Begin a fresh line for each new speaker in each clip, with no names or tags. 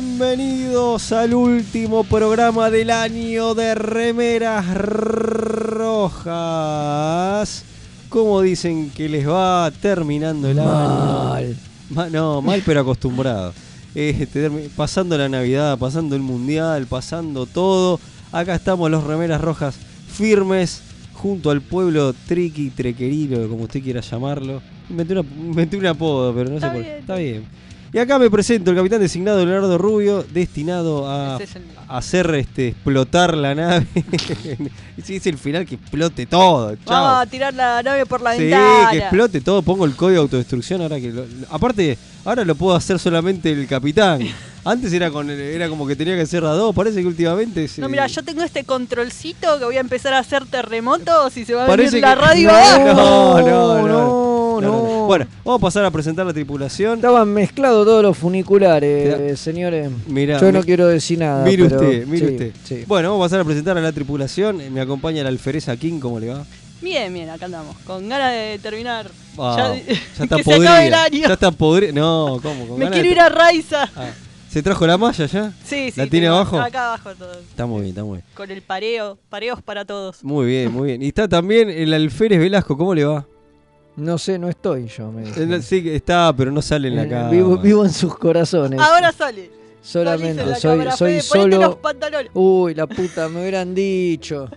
Bienvenidos al último programa del año de Remeras Rojas. ¿Cómo dicen que les va terminando el año?
Mal.
Ma- no, mal pero acostumbrado. Este, termi- pasando la Navidad, pasando el Mundial, pasando todo. Acá estamos los Remeras Rojas firmes junto al pueblo triqui, trequerilo, como usted quiera llamarlo. Inventé, una- inventé un apodo, pero no
Está
sé por qué.
bien.
Está bien. Y acá me presento el capitán designado Leonardo Rubio, destinado a
Ese es el-
hacer este explotar la nave. Si es el final que explote todo. Chao.
Vamos a Ah, tirar la nave por la
Sí,
ventana.
que explote todo, pongo el código de autodestrucción ahora que lo- lo- aparte ahora lo puedo hacer solamente el capitán. Antes era con el- era como que tenía que ser a dos, parece que últimamente es,
No,
eh,
mira, yo tengo este controlcito que voy a empezar a hacer terremotos y se va a venir
parece
la
que-
radio
no,
abajo.
no, no, no,
no,
no.
no.
Bueno, vamos a pasar a presentar la tripulación.
Estaban mezclados todos los funiculares,
Mirá.
señores.
Mirá,
Yo no
mi-
quiero decir nada.
Mire
pero-
usted, mire
sí,
usted.
sí.
Bueno, vamos a pasar a presentar a la tripulación. Eh, Me acompaña la alfereza King, ¿cómo le va?
Bien, bien, acá andamos. Con ganas de terminar.
Wow,
Ya-
Ah, está
que se
podrida.
acabe el año.
Ya está podrida. No, ¿cómo? Con
Me
ganas de-
quiero ir a Raiza.
Ah, ¿Se trajo la malla ya?
Sí, sí.
¿La tiene
tengo-
abajo?
Acá abajo todo.
Está muy bien, está muy bien.
Con el pareo. Pareos para todos.
Muy bien, muy bien. Y está también el alférez Velasco, ¿cómo le va?
No sé, no estoy yo. me dijo.
El- sí, está, pero no sale en la
Eh,
cama.
vivo, vivo en sus corazones.
Ahora sale. Salís en
Solamente,
la
soy,
cámara,
soy
Fede, ponete los
solo.
pantalones.
Uy, la puta, me hubieran dicho.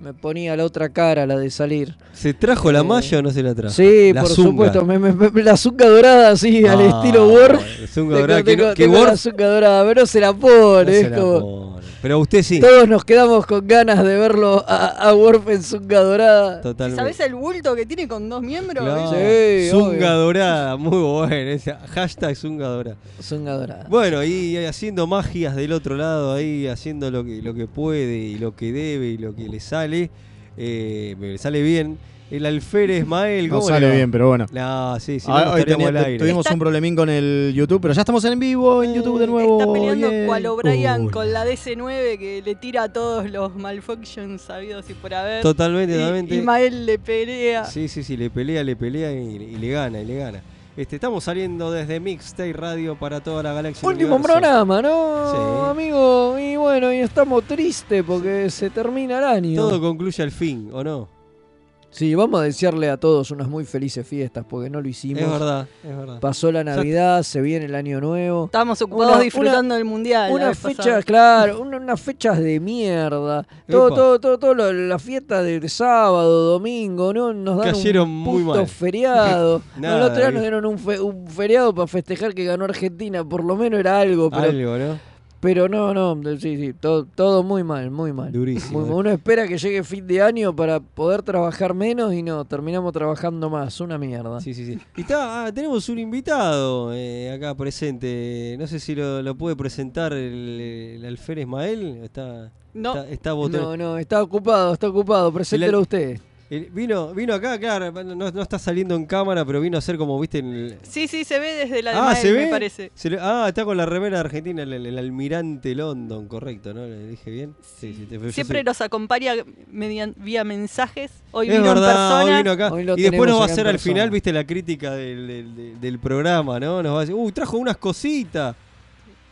Me ponía la otra cara, la de salir.
¿Se trajo la
Eh,
malla o no se la trajo?
Sí,
La
por
zunga.
supuesto. me- me- me- la azúcar dorada, así, al
Ah,
estilo Word.
la zunga dorada, que no- que
la
Word-
azúcar dorada, pero no se la
no
pone.
se
es
la
como-
pone. Pero usted sí.
Todos nos quedamos con ganas de verlo a, a Worf en Zunga Dorada.
Si
Totalmente.
sabés el bulto que tiene con dos miembros,
Claro.
¿viste?
Sí,
zunga
obvio.
dorada, muy bueno. ese hashtag zunga dorada.
Zunga Dorada.
Bueno, y haciendo magias del otro lado ahí, haciendo lo que, lo que puede y lo que debe y lo que le sale. eh, me sale bien. El alférez Mael,
No
¿cómo le
sale
va?
bien, pero bueno.
No, sí, sí,
Ah,
no
hoy
estaríamos
teni-
al aire.
tuvimos
Está- Eh,
un problemín con el YouTube, pero ya estamos en vivo en YouTube de nuevo.
Está peleando
yeah.
cual O'Brien
Hola.
con la DC9 que le tira a todos los malfunctions sabidos y por haber.
Totalmente,
Y,
totalmente.
y Mael le pelea.
Sí, sí, sí, le pelea, le pelea y, y le gana, y le gana. Este, estamos saliendo desde Mixtape Radio para toda la galaxia. y el
Último
universo.
programa, ¿no,
Sí.
amigo? Y bueno, y estamos tristes porque se termina el año.
Todo concluye al fin, ¿o no?
Sí, vamos a desearle a todos unas muy felices fiestas porque no lo hicimos.
es verdad, es verdad.
Pasó la
Ya-
Navidad, se viene el Año Nuevo.
Estábamos ocupados
Una-
disfrutando del mundial. la
Unas
vez pasada.
fechas, claro, un- unas fechas de mierda.
Epa.
Todo, todo, todo, todo, lo- las fiestas del sábado, domingo, ¿no? Nos dan
Cayeron
un
muy
puto
mal.
feriado.
Nada, eh.
el otro día
¿viste?
nos dieron un, fe- un feriado para festejar que ganó Argentina, por lo menos era algo, pero,
Algo, ¿no?
pero no, no, de- sí, sí, todo, todo muy mal, muy mal.
Durísimo. eh.
Muy mal. uno espera que llegue fin de año para poder trabajar menos y no, terminamos trabajando más, una mierda.
Sí, sí, sí. Y está, ah, tenemos un invitado eh, acá presente. No sé si lo, lo puede presentar el, el alférez Mael. Está,
No.
está, está botón-
No, no, está ocupado, está ocupado, preséntelo usted.
El- vino, vino acá, claro, no, no está saliendo en cámara, pero vino a ser como, viste, en el,
Sí, sí, se ve desde la de
Ah,
Mael,
¿se
me
ve?
parece.
Se le- ah, está con la remera de Argentina, el, el- el almirante London, correcto, ¿no? ¿Le dije bien? Sí, sí, te- yo
Siempre
soy-
nos acompaña median- vía mensajes. Hoy
Es
vino
verdad,
en
hoy
persona.
vino acá.
Hoy lo
y después nos
tenemos
va a
acá
hacer
en
al final,
persona.
viste, la crítica del, del- del- del programa, ¿no? Nos va a decir, uy, trajo unas cositas.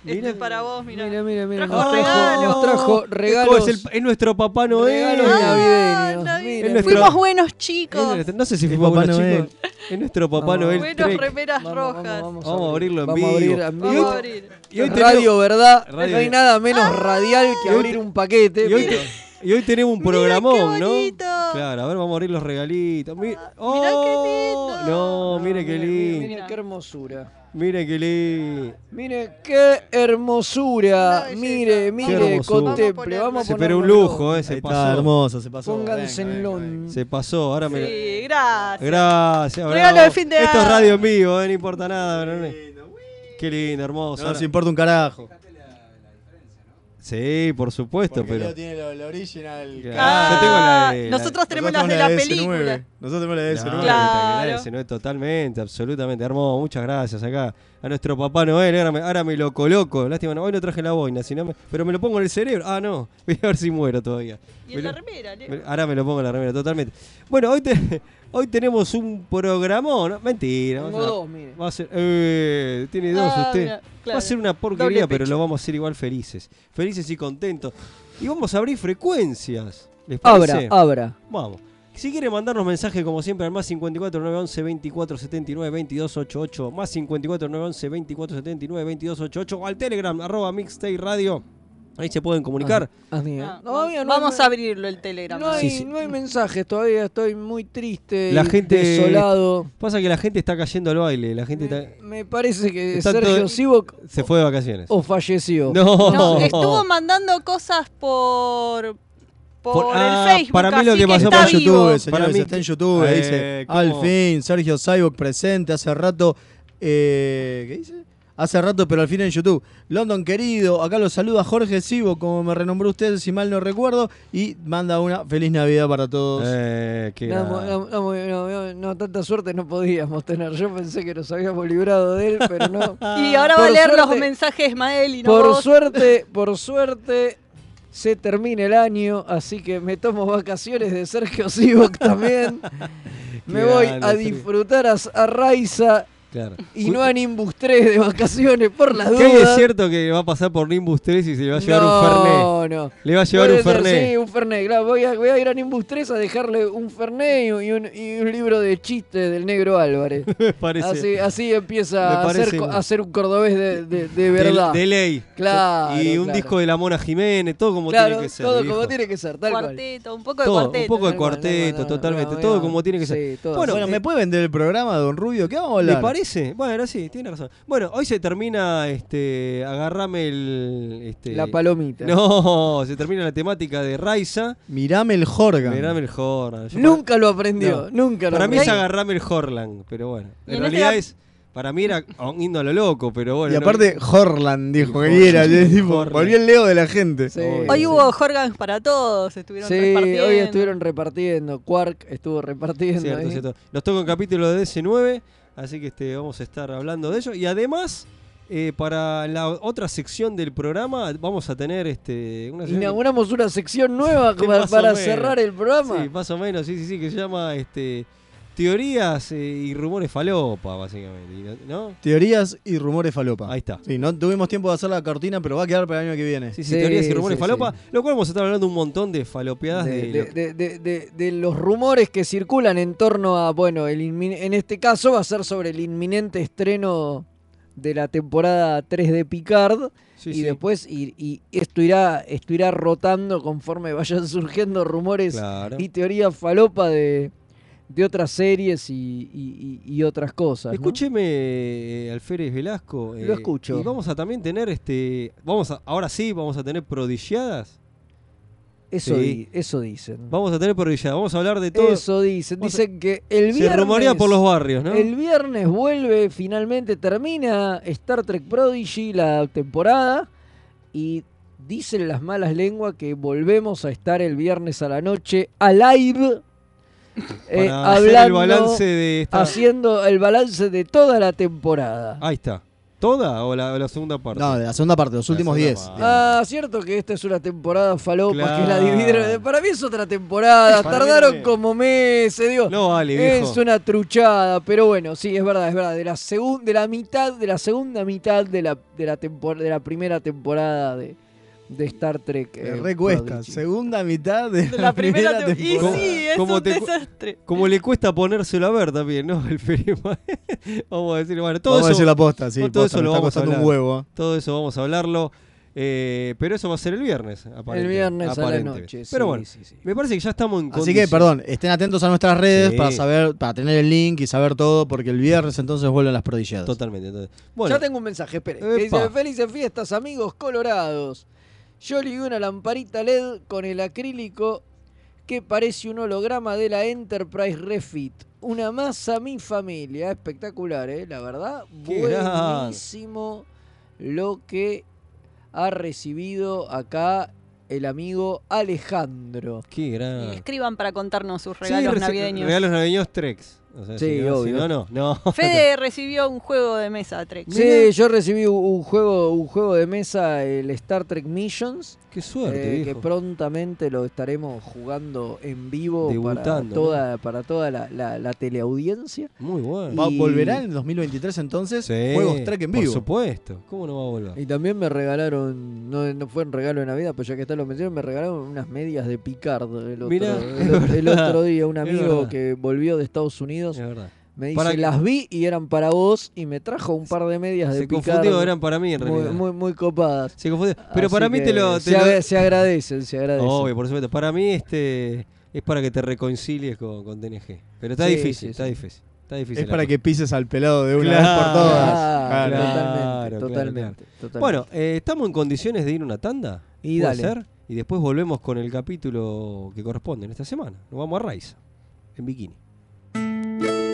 Este
Mirá.
es para vos, mirá.
Mira, mira, Ah, mira,
Trajo
nos, trajo,
regalos.
nos trajo
Es,
regalos.
el- es nuestro Papá Noel.
Regalos
Ah,
navideños,
Ah,
mira.
Es nuestro-
Fuimos buenos
es
chicos.
nuestro- no sé si
Es
fuimos
Papá
buenos
Noel.
chicos. Es nuestro Papá
Vamos.
Noel.
Buenos
Trek.
remeras
Vamos,
rojas.
vamos,
Vamos a abrirlo en
Vamos a abrir,
vivo.
amigo.
Vamos a abrir.
Y hoy tenemos-
radio, ¿verdad?
Radio.
No hay nada menos
Ah.
radial que
Y hoy
abrir
te-
un paquete.
Y hoy,
pero-
y hoy tenemos un
Mira
programón,
qué
¿no?
bonito. Ah,
Claro, a ver, vamos a abrir los regalitos. Mi-
mirá qué
¡Oh!
lindo.
No, mire qué
mire, Mire,
lindo.
mire qué hermosura.
Mire qué lindo.
Mire qué hermosura.
Una belleza.
Mire,
Qué
mire,
hermosura.
contemple. Vamos
Vamos
a
Se
poner
pero un lujo, eh, se
Ahí está,
pasó.
hermoso, se pasó.
Pónganse
Venga,
en
venga,
lon.
venga.
Se pasó, ahora me.
Sí, gracias.
Gracias,
Regalo
bravo.
de fin de
Esto es
año.
radio en vivo, eh, no importa nada, pero no- Qué lindo, hermoso.
No nos
Ahora-
importa un carajo.
Sí, por supuesto, pero.
tiene la, original.
Ah, yo tengo la de- la-
Nosotros tenemos las de la, película.
Nosotros tenemos la de S9.
No,
Claro.
se no es totalmente, absolutamente hermoso. Muchas gracias acá a nuestro papá Noel. Ahora me, ahora me lo coloco. Lástima, no, hoy no traje la boina, sino me- pero me lo pongo en el cerebro. Ah, no, voy a ver si muero todavía.
Y
Me
en la
lo-
remera, Leo.
me- ahora me lo pongo en la remera, totalmente. Bueno, hoy, te- Hoy tenemos un programón. No, Mentira. va a ser
Tengo
una-
dos, mire.
va a ser- eh, tiene dos
Ah,
usted.
mira,
Va
claro.
a ser una
Doble
porquería, pero
pecho.
lo vamos a hacer igual felices. Felices y contentos. Y vamos a abrir frecuencias. ¿Les
Abra,
parece?
abra.
Vamos. Si quiere mandarnos mensaje, como siempre, al más 54 911 24 79 22 88, más 54 911 24 79 22 88, o al Telegram, arroba Mixtape Radio. Ahí se pueden comunicar.
Ah, amiga.
Ah,
No,
vamos-
amiga, no hay
vamos
me-
a abrirlo el Telegram.
No hay,
Sí, sí.
no hay mensajes todavía, estoy muy triste.
La
y
gente-
Desolado.
Pasa que la gente está cayendo al baile, la gente
Me,
está-
me parece que
Está
Sergio
todo-
Sivok
se fue de vacaciones.
o falleció.
No,
No, estuvo mandando cosas por por,
Por- ah,
el Facebook.
para mí lo
así
que pasó
está
por
YouTube,
vivo.
vivo.
señores,
Para mí-
está en YouTube.
Eh,
dice,
¿cómo?
al fin, Sergio Cyborg presente hace rato. eh, ¿Qué dice? Hace rato, pero al fin en YouTube. London querido, acá lo saluda Jorge Sibo, como me renombró usted, si mal no recuerdo. Y manda una feliz Navidad para todos.
Eh, qué
No,
grande.
no, no, no, no, no, tanta suerte no podíamos tener. Yo pensé que nos habíamos librado de él, pero no.
Y ahora va a
Por
leer los
suerte-
mensajes Mael y no
Por
vos.
suerte, por suerte, se termina el año, así que me tomo vacaciones de Sergio Sivok también. me
Qué
voy
grande,
a
Sergio.
disfrutar a, a Raiza
Claro.
y no a Nimbus 3 de vacaciones por las
¿Qué es
dudas.
cierto que va a pasar por Nimbus 3 y se le va a llevar un Fernet?
no, no.
Le va a llevar un
Puede ser,
Fernet.
Sí, un Fernet. Claro, voy, a, voy a ir a Nimbus 3 a dejarle un Fernet y un, y un- y un libro de chistes del negro Álvarez.
Me parece.
Así, así
Me
empieza a
parece
ser, co-
bien.
a ser un cordobés de, de- de
De-
verdad.
De, ley.
Claro,
Y un
claro.
disco de la Mona Jiménez, todo como
claro,
tiene que ser.
todo
viejo.
como tiene que ser, tal cual.
cuarteto, un poco de
Todo, un
cuarteto.
poco de
Tal cual,
cuarteto,
tal cual,
totalmente,
no, no,
todo
no.
como tiene que ser.
Sí, todo.
Bueno,
bueno,
eh,
¿me puede vender el programa, don Rubio? ¿Qué vamos a hablar?
¿Le parece? Bueno, sí, tiene razón. Bueno, hoy se termina, este, agarrame el... Este,
la palomita.
No, se termina la temática de Raiza.
Mirame el Jorgan.
Agarrame el Horland. Yo
Nunca lo aprendió,
para-
nunca lo
Para mí
aprendió.
es agarrame el Horland, pero bueno.
Y
En
en
realidad
este-
es... Para mí era a un himno a lo loco, pero bueno.
y
no-
aparte, Horland dijo que era.
Jorland.
tipo, volvió el leo de la gente.
Sí.
Obvio.
Hoy hubo Jorgans para todos, estuvieron
Sí,
repartiendo.
hoy estuvieron repartiendo. Quark estuvo repartiendo.
Cierto,
¿eh?
cierto. Nos toca un capítulo de DC9, así que este, vamos a estar hablando de ello. Y además, eh, para la otra sección del programa, vamos a tener este, una sección que-
Inauguramos una sección nueva
Sí,
para,
más o
para
menos.
cerrar el programa.
Sí, más o menos, sí, sí, sí, que se llama este, Teorías eh, y Rumores Falopa, básicamente. y ¿No? ¿no?
Teorías y rumores falopa.
Ahí está.
Sí, no tuvimos tiempo de hacer la cortina, pero va a quedar para el año que viene.
Sí, sí,
Sí,
Teorías y Rumores
sí,
Falopa, lo cual vamos a estar hablando un montón de falopeadas de,
de,
lo-
de- de- de- de- de los rumores que circulan en torno a, bueno, el inmin- en este caso va a ser sobre el inminente estreno de la temporada 3 de Picard
sí,
y
sí.
después ir- y, esto irá esto irá rotando conforme vayan surgiendo rumores
Claro.
y teorías falopa de, de otras series y, y- y- y otras cosas. ¿no?
Escúcheme, eh, Alférez Velasco. eh,
Lo escucho.
Y vamos a también tener este. Vamos a, ahora sí, vamos a tener prodigiadas.
Eso,
Sí.
di- eso dicen.
Vamos a tener prodigiadas. Vamos a hablar de todo.
Eso dicen.
Vamos a-
Dicen que el viernes...
Se rumorea por los barrios, ¿no?
El viernes vuelve, finalmente termina Star Trek Prodigy la temporada y dicen las malas lenguas que volvemos a estar el viernes a la noche a live eh,
Para hacer el balance de esta.
haciendo el balance de toda la temporada.
Ahí está. ¿Toda o la, o la segunda parte?
No, de la segunda parte, los
La
últimos
segunda
10.
parte.
Ah, cierto que esta es una temporada falopa que la
Claro.
dividieron. Para mí es otra temporada,
Para mí
tardaron
también.
como meses, digo.
No vale, viejo.
Es una truchada, pero bueno, sí, es verdad, es verdad. De la segunda, de la mitad, de la segunda mitad de la, de la, tempor- de la primera temporada de, de Star Trek. eh,
Recuesta,
Prodigy.
segunda mitad de
De
la,
la primera tem-
temporada.
Y sí, es
¿Cómo
un
te cu-
desastre.
Como le cuesta ponérselo a ver también, ¿no? El Ferema. vamos a decir, bueno, todo
vamos a
eso.
decir la posta, sí, posta,
todo eso
me
lo
está
vamos a
costando un
hablar.
huevo. ¿eh?
Todo eso vamos a hablarlo. eh, pero eso va a ser el viernes, aparente-
El viernes a la
aparente.
noche. sí,
Pero bueno,
sí, sí.
me parece que ya estamos en
Así que,
condiciones.
perdón, estén atentos a nuestras redes
Sí.
para saber, para tener el link y saber todo, porque el viernes entonces vuelven las prodigiadas.
Totalmente. entonces. Bueno,
ya tengo un mensaje, espere. que dice,
Epa.
felices fiestas, amigos colorados. Yo ligué una lamparita LED con el acrílico que parece un holograma de la Enterprise Refit. Una masa mi familia. Espectacular, ¿eh? La verdad.
Qué
Buenísimo lo que ha recibido acá el amigo Alejandro.
qué gran.
Escriban para contarnos sus
Ah. Sí,
regalos
rece-
navideños.
Regalos navideños Trex. O sea, si
Sí,
no, si no,
obvio.
no. no.
Fede recibió un juego de mesa, Trek.
Sí, yo recibí un- un juego, un juego de mesa, el Star Trek Missions,
Qué suerte,
eh, que
viejo.
prontamente lo estaremos jugando en vivo para
Debutando, ¿no?
toda, para toda la, la- la teleaudiencia.
Muy bueno.
Va-
Y-
¿Volverá en 2023 entonces?
Sí,
Juegos track en vivo.
Por supuesto. ¿Cómo no va a volver?
Y también me regalaron, no, no fue un regalo de Navidad, pero ya que está lo mencioné, me regalaron unas medias de Picard el otro,
Mirá,
el,
es
o- el
verdad,
otro día. Un
es
amigo
verdad.
que volvió de Estados Unidos
Es verdad.
me dice,
Para que-
las vi y eran para vos, y me trajo un par de medias de
Se
Picard.
confundió, eran para mí en
muy,
realidad.
muy, muy copadas.
Se confundió. Pero
Así
para mí
que
te lo.
se,
te lo-
agra- se agradecen, se agradecen.
Obvio, por supuesto. Para mí este es para que te reconcilies con, con TNG. Pero está
Sí,
difícil,
sí,
está
sí.
difícil. Está difícil.
Es
la
para
cosa.
que pises al pelado de una
Claro,
vez por todas.
Ah,
claro.
totalmente,
Claro,
totalmente, totalmente.
Bueno, eh, estamos en condiciones de ir a una tanda.
Y
¿Puede
dale.
ser? Y después volvemos con el capítulo que corresponde en esta semana. Nos vamos a Raiza, en bikini.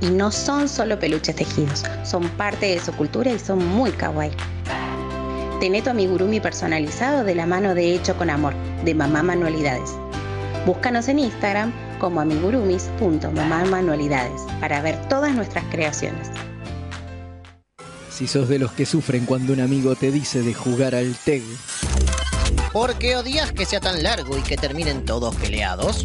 y no son solo peluches tejidos, son parte de su cultura y son muy kawaii. Tené tu amigurumi personalizado de la mano de Hecho con Amor, de Mamá Manualidades. Búscanos en Instagram como amigurumis.mamamanualidades para ver todas nuestras creaciones.
Si sos de los que sufren cuando un amigo te dice de jugar al TEG,
Porque odias que sea tan largo y que terminen todos peleados?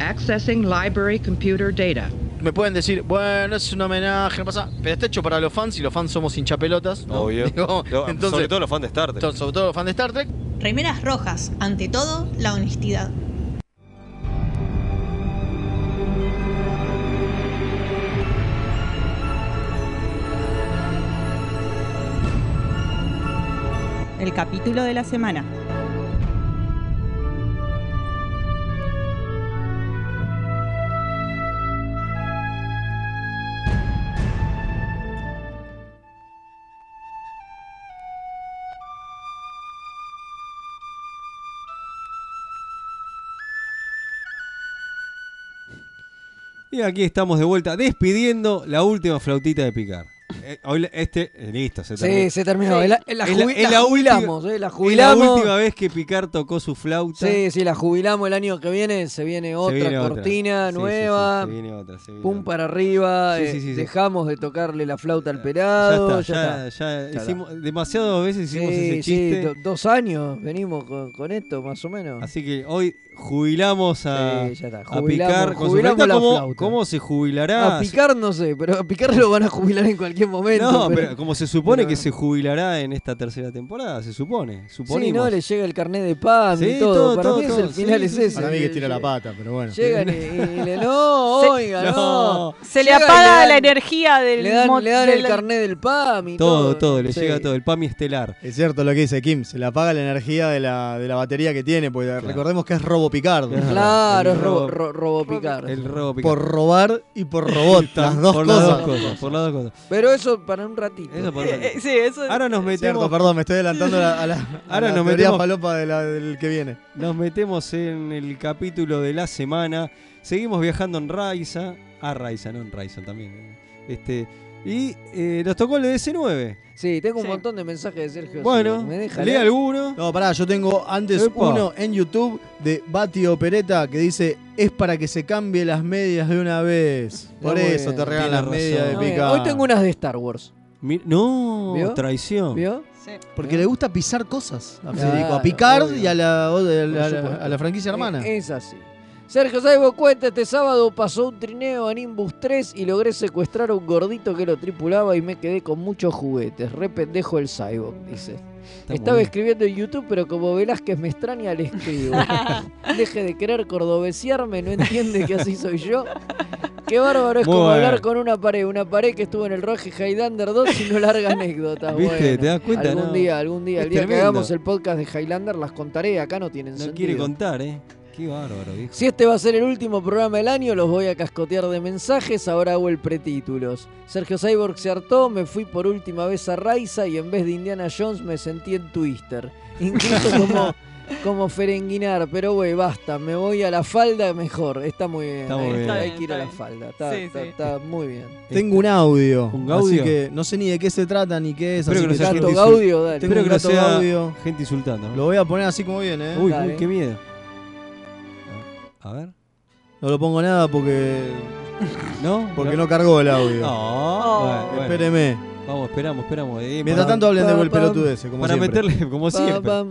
Accessing library computer data.
Me pueden decir, bueno, es un homenaje, no pasa. Pero está hecho para los fans y los fans somos hinchapelotas. ¿no?
Obvio.
Digo,
No, sobre todo los fans de Star Trek.
to- sobre todo los fans de Star Trek.
Remeras rojas, ante todo, la honestidad.
El capítulo de la semana.
Y aquí estamos de vuelta despidiendo la última flautita de picar. Eh, hoy la- Este, eh, listo, se
Sí,
terminó.
se terminó.
Es
La- la
es
jubi-
es
la
última-
jubilamos, eh, la
es
jubilamos.
última vez que Picar tocó su flauta.
Sí, sí, la jubilamos el año que viene, se viene otra
viene otra.
cortina
Sí, sí, sí,
nueva.
se viene otra, se viene
pum
otra.
para arriba,
Sí,
eh,
sí, sí, sí.
dejamos de tocarle la flauta al
Ya
pelado.
está, ya, ya
está.
hicimos, demasiadas veces hicimos
Sí,
ese
sí,
chiste.
do- dos años venimos con, con esto, más o menos.
Así que hoy jubilamos a,
Sí, ya está,
a
jubilamos-
Picar con su
jubilamos
flauta.
la
¿Cómo,
flauta.
cómo se jubilará?
A picar no sé, pero a picar lo van a jubilar en cualquier momento.
No, pero, como se supone que se jubilará en esta tercera temporada, se supone. Suponimos.
Sí, no, le llega el carnet de PAM y
Sí,
todo.
todo,
Para
todo,
mí es
todo.
el final
Sí,
es
sí, sí.
ese.
Para mí que tira
Tira la pata, pero bueno.
Llegan y, y le no,
Se-
oiga, no.
Se le
Llegan y
apaga
dan-
la energía del
Le dan,
mo-
le dan
del-
el carnet del PAM y todo.
Todo, todo, le
Sí.
llega todo, el PAMI estelar.
Es cierto lo que dice Kim, se le apaga la energía de la, de la batería que tiene, porque recordemos que es robo Picardo.
Claro,
El
es robo, ro- robo picar.
El robo Picar.
Por robar y por robot, las dos
por
cosas.
Las dos cosas. Por las dos cosas.
Pero eso para un ratito.
Eso para un ratito.
Eh, Sí, eso
Ahora nos
Es
metemos.
Cierto, perdón, me estoy adelantando a la, a la- a
Ahora
la
nos
teoría
metemos-
falopa de la- del que viene.
Nos metemos en el capítulo de la semana. Seguimos viajando en Raiza. A Raiza, no en Raiza también. eh. Este, y eh, nos tocó el de DC9.
Sí, tengo un montón de mensajes de Sergio.
Bueno,
Silva. ¿me deja
lee
leer?
alguno.
No, pará, yo tengo antes
Epa.
uno en YouTube de Bati Opereta que dice: Es para que se cambie las medias de una vez. Por
Muy
eso
bien.
te regalan las
Tiene
medias de
razón.
Muy bien.
picar.
Hoy tengo unas de Star Wars.
Mi- no,
¿Vio?
traición.
¿Vio?
Porque le gusta pisar cosas a
Claro,
Federico, a Picard
obvio.
y a la, a la-
Por supuesto.
a la franquicia hermana.
Eh, Es así. Sergio Saibo cuenta, este sábado pasó un trineo a Nimbus 3 y logré secuestrar a un gordito que lo tripulaba y me quedé con muchos juguetes. Re pendejo el Cyborg, dice.
muy
Estaba
bien.
escribiendo en YouTube, pero como Velázquez me extraña, le escribo. Deje de querer cordobesearme, no entiende que así soy yo. Qué bárbaro es
Muy
como
bueno.
hablar con una pared, una pared que estuvo en el Roger Highlander 2 y no larga anécdota.
¿Viste?
Bueno,
¿Te das cuenta?
Algún
No.
día, algún día,
Es
el día que
tremendo.
hagamos el podcast de Highlander las contaré, acá no tienen
No
sentido.
quiere contar, ¿eh? Qué bárbaro, viejo.
Si este va a ser el último programa del año, los voy a cascotear de mensajes, ahora hago el pretítulos. Sergio Cyborg se hartó, me fui por última vez a Raiza y en vez de Indiana Jones me sentí en Twister. Incluso como, como Ferenguinar, pero güey, basta, me voy a la falda mejor. Está muy bien,
Está muy
ahí,
bien.
hay
Está
que ir a
bien,
la
está
falda, está,
Sí,
está-
sí.
está muy bien.
Este,
Tengo un audio.
¿Un audio?
Así que no sé ni de qué se trata ni qué es.
Espero
así
que no sea
tengo-
gente,
Gato
insul-
Gaudio, dale.
Espero
Tengo
que
un
no
gato
sea
Gaudio.
gente insultando. ¿no?
Lo voy a poner así como viene, ¿eh?
Uy,
Dale.
uy, qué miedo. A ver.
No lo pongo nada porque
¿No?
porque no cargó el audio.
Oh.
No, bueno, bueno.
Espéreme.
Vamos, esperamos, esperamos. Eh,
Mientras
para-
tanto hablen de
pam,
vuelta
pam.
pelotudez, como
Para
siempre.
meterle, como
Pam,
siempre.
pam.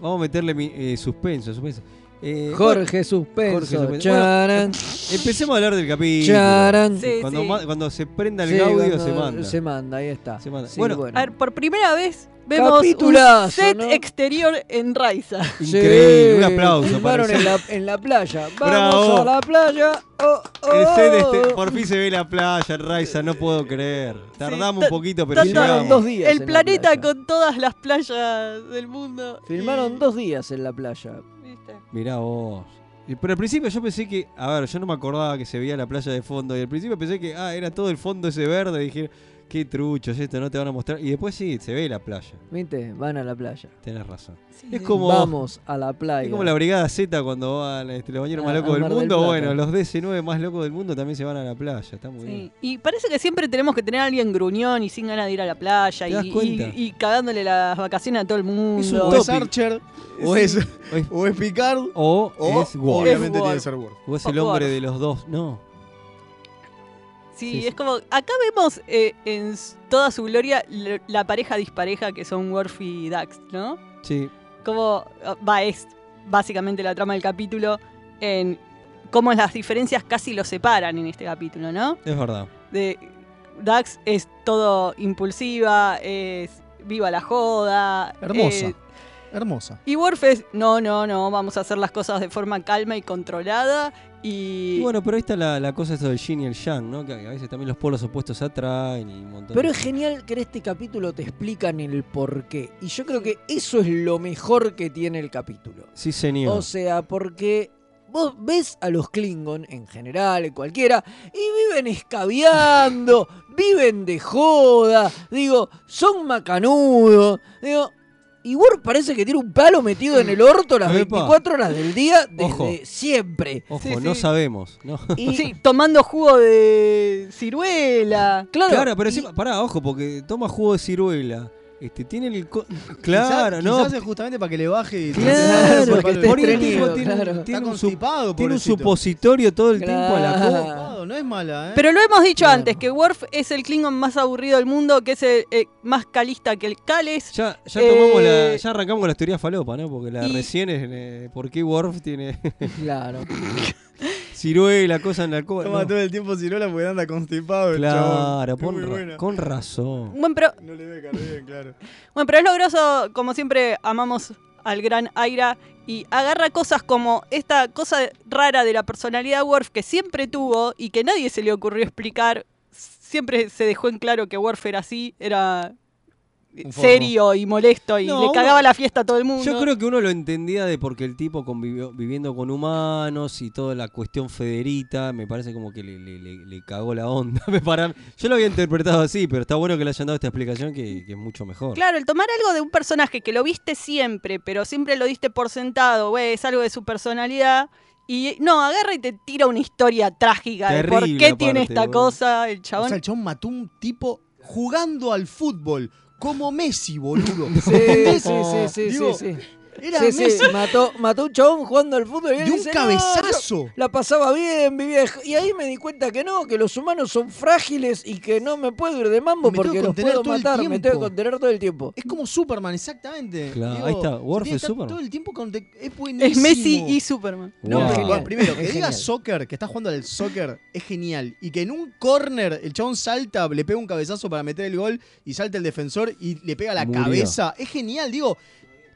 Vamos a meterle mi, eh, suspenso, suspenso. Eh,
Jorge Suspenso.
Jorge Suspenso.
Charan,
Empecemos a hablar del capítulo.
charan.
Sí,
cuando,
sí.
ma- cuando se prenda el
Sí,
gaudio
cuando
se manda.
Se manda, ahí está.
Se manda.
Sí,
Bueno,
A ver, por primera vez vemos
Capitulazo,
un set
¿no?
exterior en Raiza.
Increíble,
Sí,
un aplauso.
Filmaron
parece.
en la, en la playa. Vamos
Bravo.
a la playa. Oh, oh.
El set este- por fin se ve la playa, Raiza, no puedo creer. Tardamos
ta-
un poquito, pero
ta- ta-
llegamos.
Filmaron dos días. en
El
la
planeta
playa.
con todas las playas del mundo.
Filmaron
Y-
dos días en la playa.
¿viste?
Mirá vos. Y- Pero al principio yo pensé que, a ver, yo no me acordaba que se veía la playa de fondo. Y al principio pensé que, ah, era todo el fondo ese verde. dije, qué truchos, esto no te van a mostrar. Y después sí, se ve la playa.
¿Viste? Van a la playa.
Tenés razón.
Sí,
Es
sí.
como,
Vamos a la playa.
es como la Brigada Z cuando van este, los bañeros
A-
más
a
locos del
Mar del
mundo.
Plata.
bueno, los DC9 más locos del mundo también se van a la playa. Está muy bien.
Sí. Y parece que siempre tenemos que tener a alguien gruñón y sin ganas de ir a la playa
¿Te
y,
das cuenta?
y- y cagándole las vacaciones a todo el mundo.
Es un
O es Archer, o, es,
O es-
o es Picard,
O,
o
es Wall.
obviamente
Es
tiene
Worf.
que ser Word.
O es el
Wall.
hombre de los dos. No.
Sí, es como. Acá vemos eh, en s- toda su gloria l- la pareja dispareja que son Worf y Dax, ¿no?
Sí.
Como. ah, Va, es básicamente la trama del capítulo en cómo las diferencias casi los separan en este capítulo, ¿no?
Es verdad.
de Dax es todo impulsiva, es viva la joda.
Hermosa.
eh,
Hermosa.
y Worf es, no, no, no, vamos a hacer las cosas de forma calma y controlada. Y,
Y bueno, pero ahí está la, la cosa esto del yin y el yang, ¿no? Que a veces también los polos opuestos se atraen y un montón
Pero
de-
es genial que en este capítulo te explican el porqué. Y yo creo que eso es lo mejor que tiene el capítulo.
Sí, señor.
O sea, porque vos ves a los Klingon en general, en cualquiera, y viven escabeando, viven de joda, digo, son macanudos, digo. Y Worf parece que tiene un palo metido en el orto las
Epa.
24 horas del día desde
Ojo.
siempre.
Ojo,
Sí,
no
sí.
sabemos, ¿no?
y- sí, tomando jugo de ciruela.
Claro, pero encima, pará, ojo, porque toma jugo de ciruela. Este, tiene el. co- claro,
Quizás-
no.
quizás es justamente para que le baje y
Claro, porque esté
Por ahí el tipo
estreñido,
tiene,
claro.
tiene
Está
un sup-
tiene un
pobrecito.
supositorio todo el tiempo a la
Claro.
copa.
No es mala, ¿eh?
Pero lo hemos dicho antes, que Worf es el Klingon más aburrido del mundo, que es el eh, más calista que el Cales.
Ya, ya tomamos
Eh,
la, ya arrancamos con las teorías falopa, ¿no? Porque la
y-
recién es eh, por qué Worf tiene
Claro.
ciruela, cosa en la cola.
Toma todo el tiempo ciruela porque anda constipado. el chabón.
Claro,
Es
pon
muy
ra-
buena.
con razón.
Bueno, pero
No le debe caer bien, claro.
Bueno, pero es logroso, como siempre, amamos al gran Aira y agarra cosas como esta cosa rara de la personalidad de Worf que siempre tuvo y que nadie se le ocurrió explicar. Siempre se dejó en claro que Worf era así, era
Un forro.
serio y molesto y
No,
le
uno-
cagaba la fiesta a todo el mundo.
Yo creo que uno lo entendía de porque el tipo convivió viviendo con humanos y toda la cuestión federita, me parece como que le, le- le- le cagó la onda. me para- Yo lo había interpretado así, pero está bueno que le hayan dado esta explicación que, que es mucho mejor.
Claro, el tomar algo de un personaje que lo viste siempre, pero siempre lo diste por sentado, güey, es algo de su personalidad. Y no, agarra y te tira una historia trágica de por
Terrible,
qué tiene
aparte,
esta
boludo.
cosa el chabón.
O sea, el chabón mató un tipo jugando al fútbol. Como Messi, boludo.
Sí,
¿Entendés?
sí, sí, sí,
Digo,
sí, sí.
Era
Sí, sí,
Messi.
mató, mató un chabón jugando al fútbol. Y, él
De un
dice, "No,
cabezazo".
yo la pasaba bien, vivía. de- Y ahí me di cuenta que no, que los humanos son frágiles y que no me puedo ir de mambo
Me tengo que
porque los
contener
puedo
todo el
matar. Me
tiempo.
tengo que contener todo el tiempo.
Es como Superman, exactamente.
Claro, ahí está, Worf
tiene que
es
estar
Superman.
Todo el tiempo con... Es buenísimo.
Es Messi y Superman.
No,
Wow.
pero
Genial,
bueno, primero, que
es
diga
genial.
soccer, que está jugando al soccer, es genial. Y que en un corner el chabón salta, le pega un cabezazo para meter el gol y salta el defensor y le pega la
Murió.
cabeza. Es genial, digo.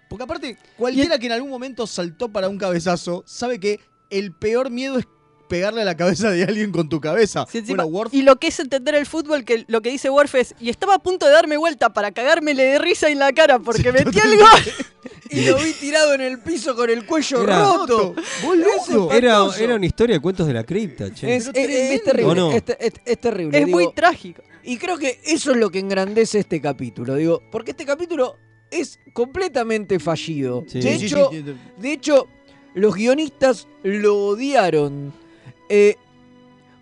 Porque aparte, cualquiera que en algún momento saltó para un cabezazo sabe que el peor miedo es pegarle a la cabeza de alguien con tu cabeza.
Sí, encima-
Bueno, Worf
y lo que es entender el fútbol, que lo que dice Worf es, y estaba a punto de darme vuelta para cagármele de risa en la cara porque metí el gol.
Y lo vi tirado en el piso con el cuello
Era-
roto. Boludo.
Era, era una historia de cuentos de la cripta, che.
Es, es- es terrible.
¿O no?
Es, es- es terrible.
Es
digo.
muy trágico.
Y creo que eso es lo que engrandece este capítulo, digo, porque este capítulo es completamente fallido.
Sí.
De,
Sí, sí,
hecho,
sí, sí,
de hecho, los guionistas lo odiaron. eh,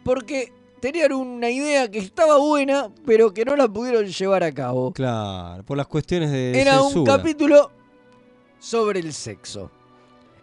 porque tenían una idea que estaba buena, pero que no la pudieron llevar a cabo.
Claro, por las cuestiones de
Era un
censura.
capítulo sobre el sexo.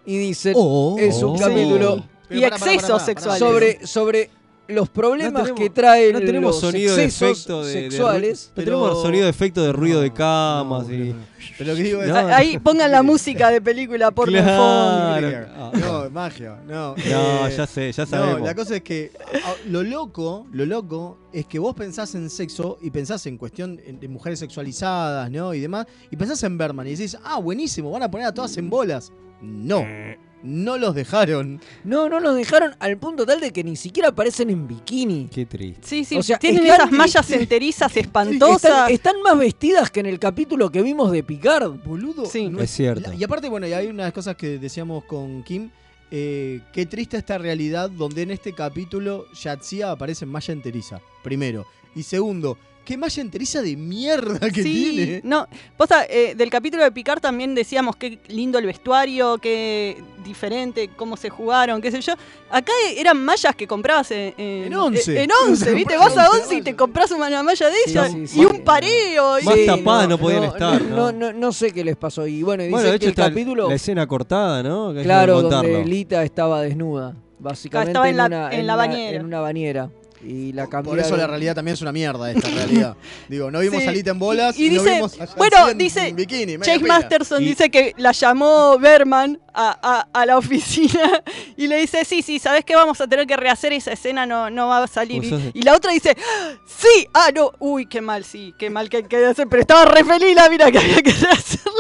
Y dicen, es
oh.
un capítulo
Sí.
Pero Y pará, pará, excesos pará, pará, sexuales.
Sobre, sobre los problemas
No tenemos-
que traen
no tenemos
los
sonido de
excesos
efecto de, de ru-
sexuales.
no tenemos sonido de efecto de ruido de camas y
pero lo que digo es-
A- Ahí pongan la música de película por
Claro.
fondo.
Claro.
No, es magia. No, Eh,
No, ya sé, ya sabemos.
No, la cosa es que a- lo loco, lo loco es que vos pensás en sexo y pensás en cuestión en- de mujeres sexualizadas, ¿no? Y demás, y pensás en Berman y decís, "Ah, buenísimo, van a poner a todas en bolas." No. No los dejaron.
No, no los dejaron al punto tal de que ni siquiera aparecen en bikini.
Qué triste.
Sí, sí,
O sea,
tienen
están
esas mallas
tristes.
enterizas espantosas.
Están, están más vestidas que en el capítulo que vimos de Picard.
Boludo.
Sí.
no
Es cierto.
la- Y aparte, bueno, y hay unas cosas que decíamos con Kim. eh, qué triste esta realidad donde en este capítulo Yatsia aparece en Maya Enteriza, primero. Y segundo, qué Maya Enteriza de mierda que
sí,
tiene.
no, posta, eh, del capítulo de Picard también decíamos qué lindo el vestuario, qué diferente, cómo se jugaron, qué sé yo. Acá eh, eran mallas que comprabas en, en,
En Once.
eh, En 11, ¿viste? Vas a 11 y te compras una malla de
Sí,
ellas
sí, sí.
y un pareo. y-
Más tapadas no podían estar,
No,
¿no?
no, no sé qué les pasó. Y bueno, dicen
Bueno, de
que
hecho
el
está
capítulo,
la escena cortada, ¿no? Que hay que
claro,
contarlo.
donde Lita estaba desnuda. Básicamente
Ah, Estaba en la-
una,
en la
una-
bañera.
en una bañera. Y la
Por eso la realidad también es una mierda esta realidad. Digo, no vimos
Sí.
Alita en bolas
Y,
y, no
dice,
vimos a Yancy
bueno,
en
dice,
bikini. media
Chase
pila.
Masterson
Y-
dice que la llamó Berman a, a- a la oficina y le dice, sí, sí, ¿sabes qué? Vamos a tener que rehacer esa escena, no, no va a salir.
Vos sos-
Y, y la otra dice, "Ah, sí, ah, no, uy, qué mal, sí, qué mal que quedé hacer, pero estaba re feliz la mira que había que hacerla.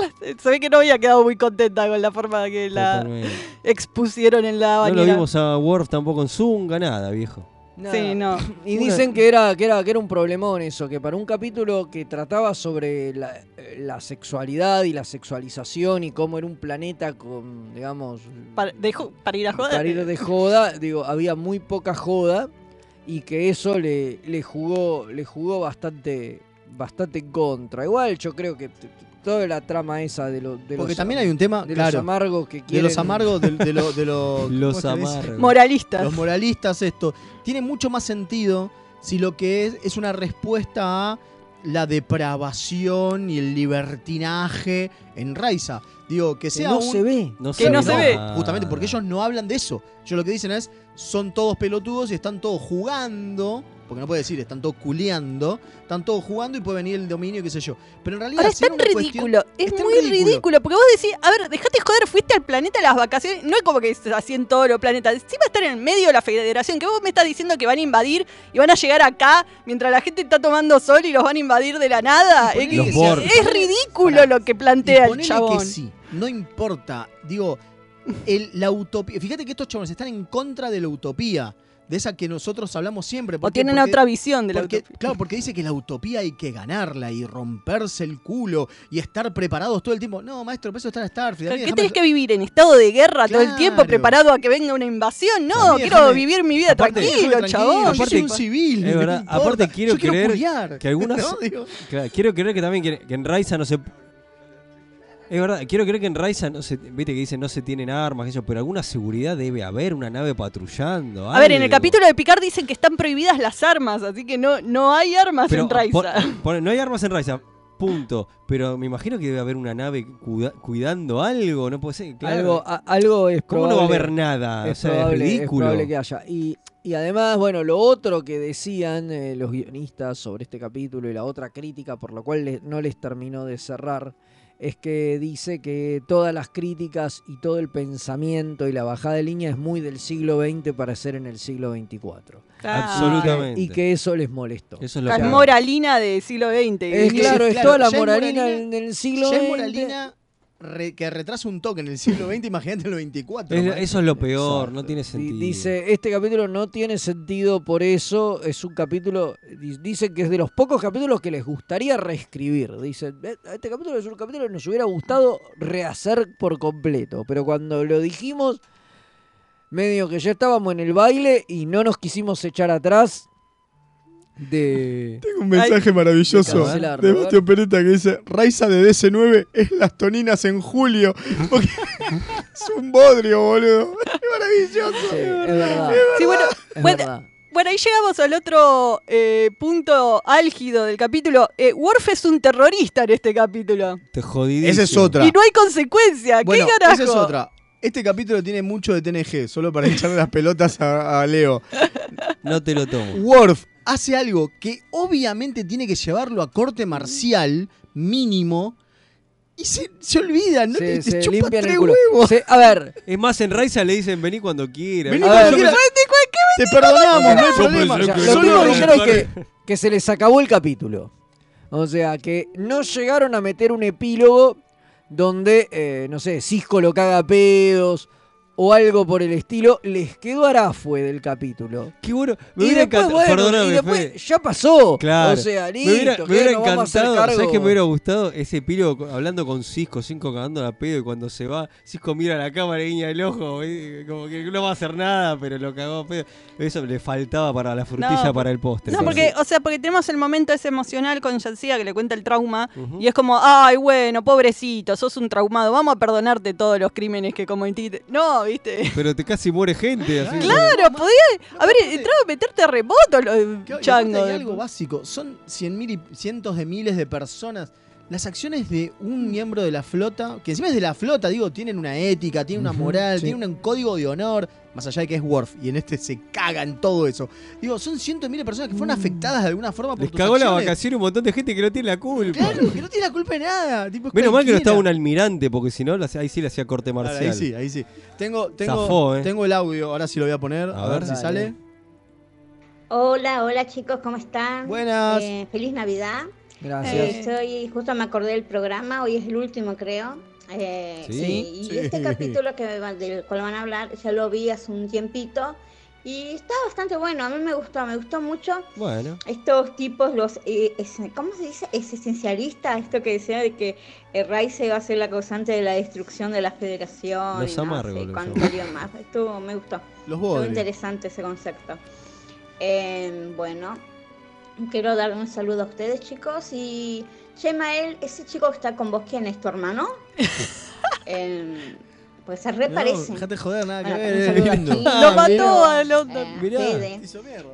Se ve que no había quedado muy contenta con la forma que la
Totalmente.
expusieron en
No
la
lo
bañera.
vimos a Worf tampoco en Zunga, nada, viejo.
Sí, no.
Y
Una-
dicen que era, que, era, que era un problemón eso, que para un capítulo que trataba sobre la, eh, la sexualidad y la sexualización y cómo era un planeta con, digamos,
Para, de jo- para ir a joder.
para ir de joda, digo, había muy poca joda y que eso le, le jugó, le jugó bastante, bastante en contra. Igual yo creo que t- t- toda la trama esa de, lo, de
Porque
los-
también hay un tema,
de
claro,
los amargos que
de
quieren.
los amargos, de, de lo- de lo-
Los
¿cómo se dice?
amargos.
Moralistas.
Los moralistas, esto. Tiene mucho más sentido si lo que es es una respuesta a la depravación y el libertinaje en Raiza. Digo, que
que
sea
no
un-
se ve.
No
que
se ve nada.
Justamente porque ellos no hablan de eso. Yo lo que dicen es, son todos pelotudos y están todos jugando. Porque no puede decir, están todos culeando. Están todos jugando y puede venir el dominio, qué sé yo. Pero en realidad...
Ahora es
si era
tan
una cuestión-
ridículo, es,
tan
muy ridículo. porque vos decís, a ver, dejate joder, fuiste al planeta a las vacaciones, no es como que se así en todos los planetas, encima estar en el medio de la federación, que vos me estás diciendo que van a invadir y van a llegar acá mientras la gente está tomando sol y los van a invadir de la nada.
Y
Es,
ponele
es-
que Borg.
es ridículo
Pará.
lo que
Y
plantea el
ponele
chabón.
que sí, no importa. Digo, el- la utopía... Fíjate que estos chabones están en contra de la utopía. De esa que nosotros hablamos siempre.
O
¿Por qué?
tienen
Porque-
otra visión de la
Porque-
utopía.
Claro, porque dice que la utopía hay que ganarla y romperse el culo y estar preparados todo el tiempo. No, maestro, para eso está la Starfield. A
¿Por
mí
¿Qué
déjame-
tenés que vivir en estado de guerra todo el tiempo
Claro.
preparado a que venga una invasión? No,
A mí
quiero
déjame-
vivir mi vida
Aparte,
tranquilo,
déjame
chabón.
tranquilo, yo soy
Aparte-
un civil.
Es
¿qué
verdad.
me importa?
Aparte quiero
Yo quiero
creer
culiar.
que algunas-
No, digo,
Claro, quiero creer que también que, que en Raiza no se. Es verdad, quiero creer que en Raiza no se. Viste que dicen no se tienen armas, qué sé yo, pero alguna seguridad debe haber, una nave patrullando.
A ver, en el
algo.
capítulo de Picard dicen que están prohibidas las armas, así que no, no hay armas
Pero,
en Raiza.
pon- pon- no hay armas en Raiza. Punto. Pero me imagino que debe haber una nave cuida- cuidando algo, no puede ser. Claro.
Algo, a- algo es
¿Cómo no va a
probable-
haber nada?
Es,
Ah, o sea,
probable, es
es ridículo.
probable que haya. Y, y además, bueno, lo otro que decían eh, los guionistas sobre este capítulo y la otra crítica por la cual le- no les terminó de cerrar es que dice que todas las críticas y todo el pensamiento y la bajada de línea es muy del siglo XX para ser en el siglo XXIV.
Claro.
Absolutamente.
Y que eso les molestó.
Eso es lo
La
que-
moralina del siglo XX.
Es
Sí,
claro, es
claro,
toda la
ya es
moralina
moralina-
en del siglo
Ya es
XX.
moralina re- que retrasa un toque en el siglo XX, imagínate en el 24.
es-
maestro.
eso es lo peor,
Exacto.
no tiene
Di-
sentido.
Dice, este capítulo no tiene sentido por eso, es un capítulo, di- dicen que es de los pocos capítulos que les gustaría reescribir. Dicen, "Eh, este capítulo es un capítulo que nos hubiera gustado rehacer por completo, pero cuando lo dijimos, medio que ya estábamos en el baile y no nos quisimos echar atrás de...
Un
mensaje
maravilloso
Cancelarlo, de Bastio
Peretta que dice, Raiza de DC9 es las toninas en julio. es un bodrio, boludo. maravilloso.
Sí, es verdad.
Sí, bueno,
es
bueno,
verdad.
bueno, ahí llegamos al otro eh, punto álgido del capítulo. Eh, Worf es un terrorista en este capítulo.
Te jodidísimo.
Esa es otra.
Y no hay consecuencia.
Bueno,
¿Qué carajo?
esa es otra. Este capítulo tiene mucho de TNG, solo para echarle las pelotas a, a Leo.
No te lo tomo.
Worf hace algo que obviamente tiene que llevarlo a corte marcial mínimo y se, se olvida, ¿no?
Se,
Le-
se
le chupa
limpian
tres
el culo.
huevos.
Se- a ver,
Es más, en Raiza le dicen vení cuando quieras. Ah,
Vení
A
cuando
ver,
quieras. Te perdonamos, no hay problema.
O sea,
que
lo
no
mismo
lo
Solo
dijeron
rompan.
que, que se les acabó el capítulo. O sea, que no llegaron a meter un epílogo donde, eh, no sé, Cisco lo caga a pedos o algo por el estilo. Les quedó arafue del capítulo.
Qué bueno. Me
Y
hubiera
después,
encantado.
bueno,
Perdóname,
y después
Fede.
ya pasó.
Claro.
O sea, listo,
me hubiera, me
¿qué?
hubiera
Nos vamos a hacer
encantado. ¿Sabes
cargo.
qué me hubiera gustado? Ese epílogo co- hablando con Cisco, Cisco cagando la pedo y cuando se va, Cisco mira a la cámara y guiña el ojo. ¿eh? Como que no va a hacer nada, pero lo cagó a pedo. Eso le faltaba para la frutilla,
No,
para el postre.
No, porque, o sea, porque tenemos el momento ese emocional con Yancia que le cuenta el trauma
Ujú.
y es como, ay, bueno, pobrecito, sos un traumado, vamos a perdonarte todos los crímenes que cometiste. No, viste.
Pero te casi muere gente. Así,
Claro, podía haber entrado a meterte remoto
Eh, Que- y
los
aparte
changos.
hay algo básico. Son cien mil y cientos de miles de personas. las acciones de un miembro de la flota, que encima es de la flota, digo, tienen una ética, tienen una
Ujú,
moral,
sí.
tienen un código de honor, más allá de que es Worf, y en este se cagan todo eso. Digo, son cientos de miles de personas que
Mm.
fueron afectadas de alguna forma por
Les
tus
cagó la
acciones.
vacación un montón de gente que no tiene la culpa.
Claro, que no tiene la culpa de nada. Tipo, es
Menos mal que no
cualquiera.
estaba un almirante, porque si no, la- ahí sí le hacía corte
Ahora,
marcial.
Ahí sí, ahí sí. Tengo, tengo,
Zafó, eh.
tengo el audio, ahora sí lo voy a poner, a,
A
ver,
ver.
si
Dale.
sale.
Hola, hola chicos, ¿cómo están?
Buenas.
Eh, feliz Navidad.
Gracias.
Eh, soy, justo me acordé del programa, hoy es el último creo. Eh,
Sí.
y- Y,
Sí.
este capítulo que va- del cual van a hablar, ya lo vi hace un tiempito. Y está bastante bueno, a mí me gustó, me gustó mucho.
Bueno.
Estos tipos, los, eh, es- ¿cómo se dice? Es esencialista, esto que decía de que eh, Rice va a ser la causante de la destrucción de la federación.
Los
y no
amargos,
sé
los
cuánto más. Estuvo, me gustó.
Los
Estuvo
bodrios.
interesante ese concepto. Eh, bueno, quiero dar un saludo a ustedes, chicos. Y Chemael, ese chico que está con vos, ¿quién es tu hermano? Eh, pues se reparece.
No, dejate joder, nada que
Bueno,
ver.
un saludo
es lindo.
a ti,
Ah,
a Leo,
London.
a
Mirá.
Fede.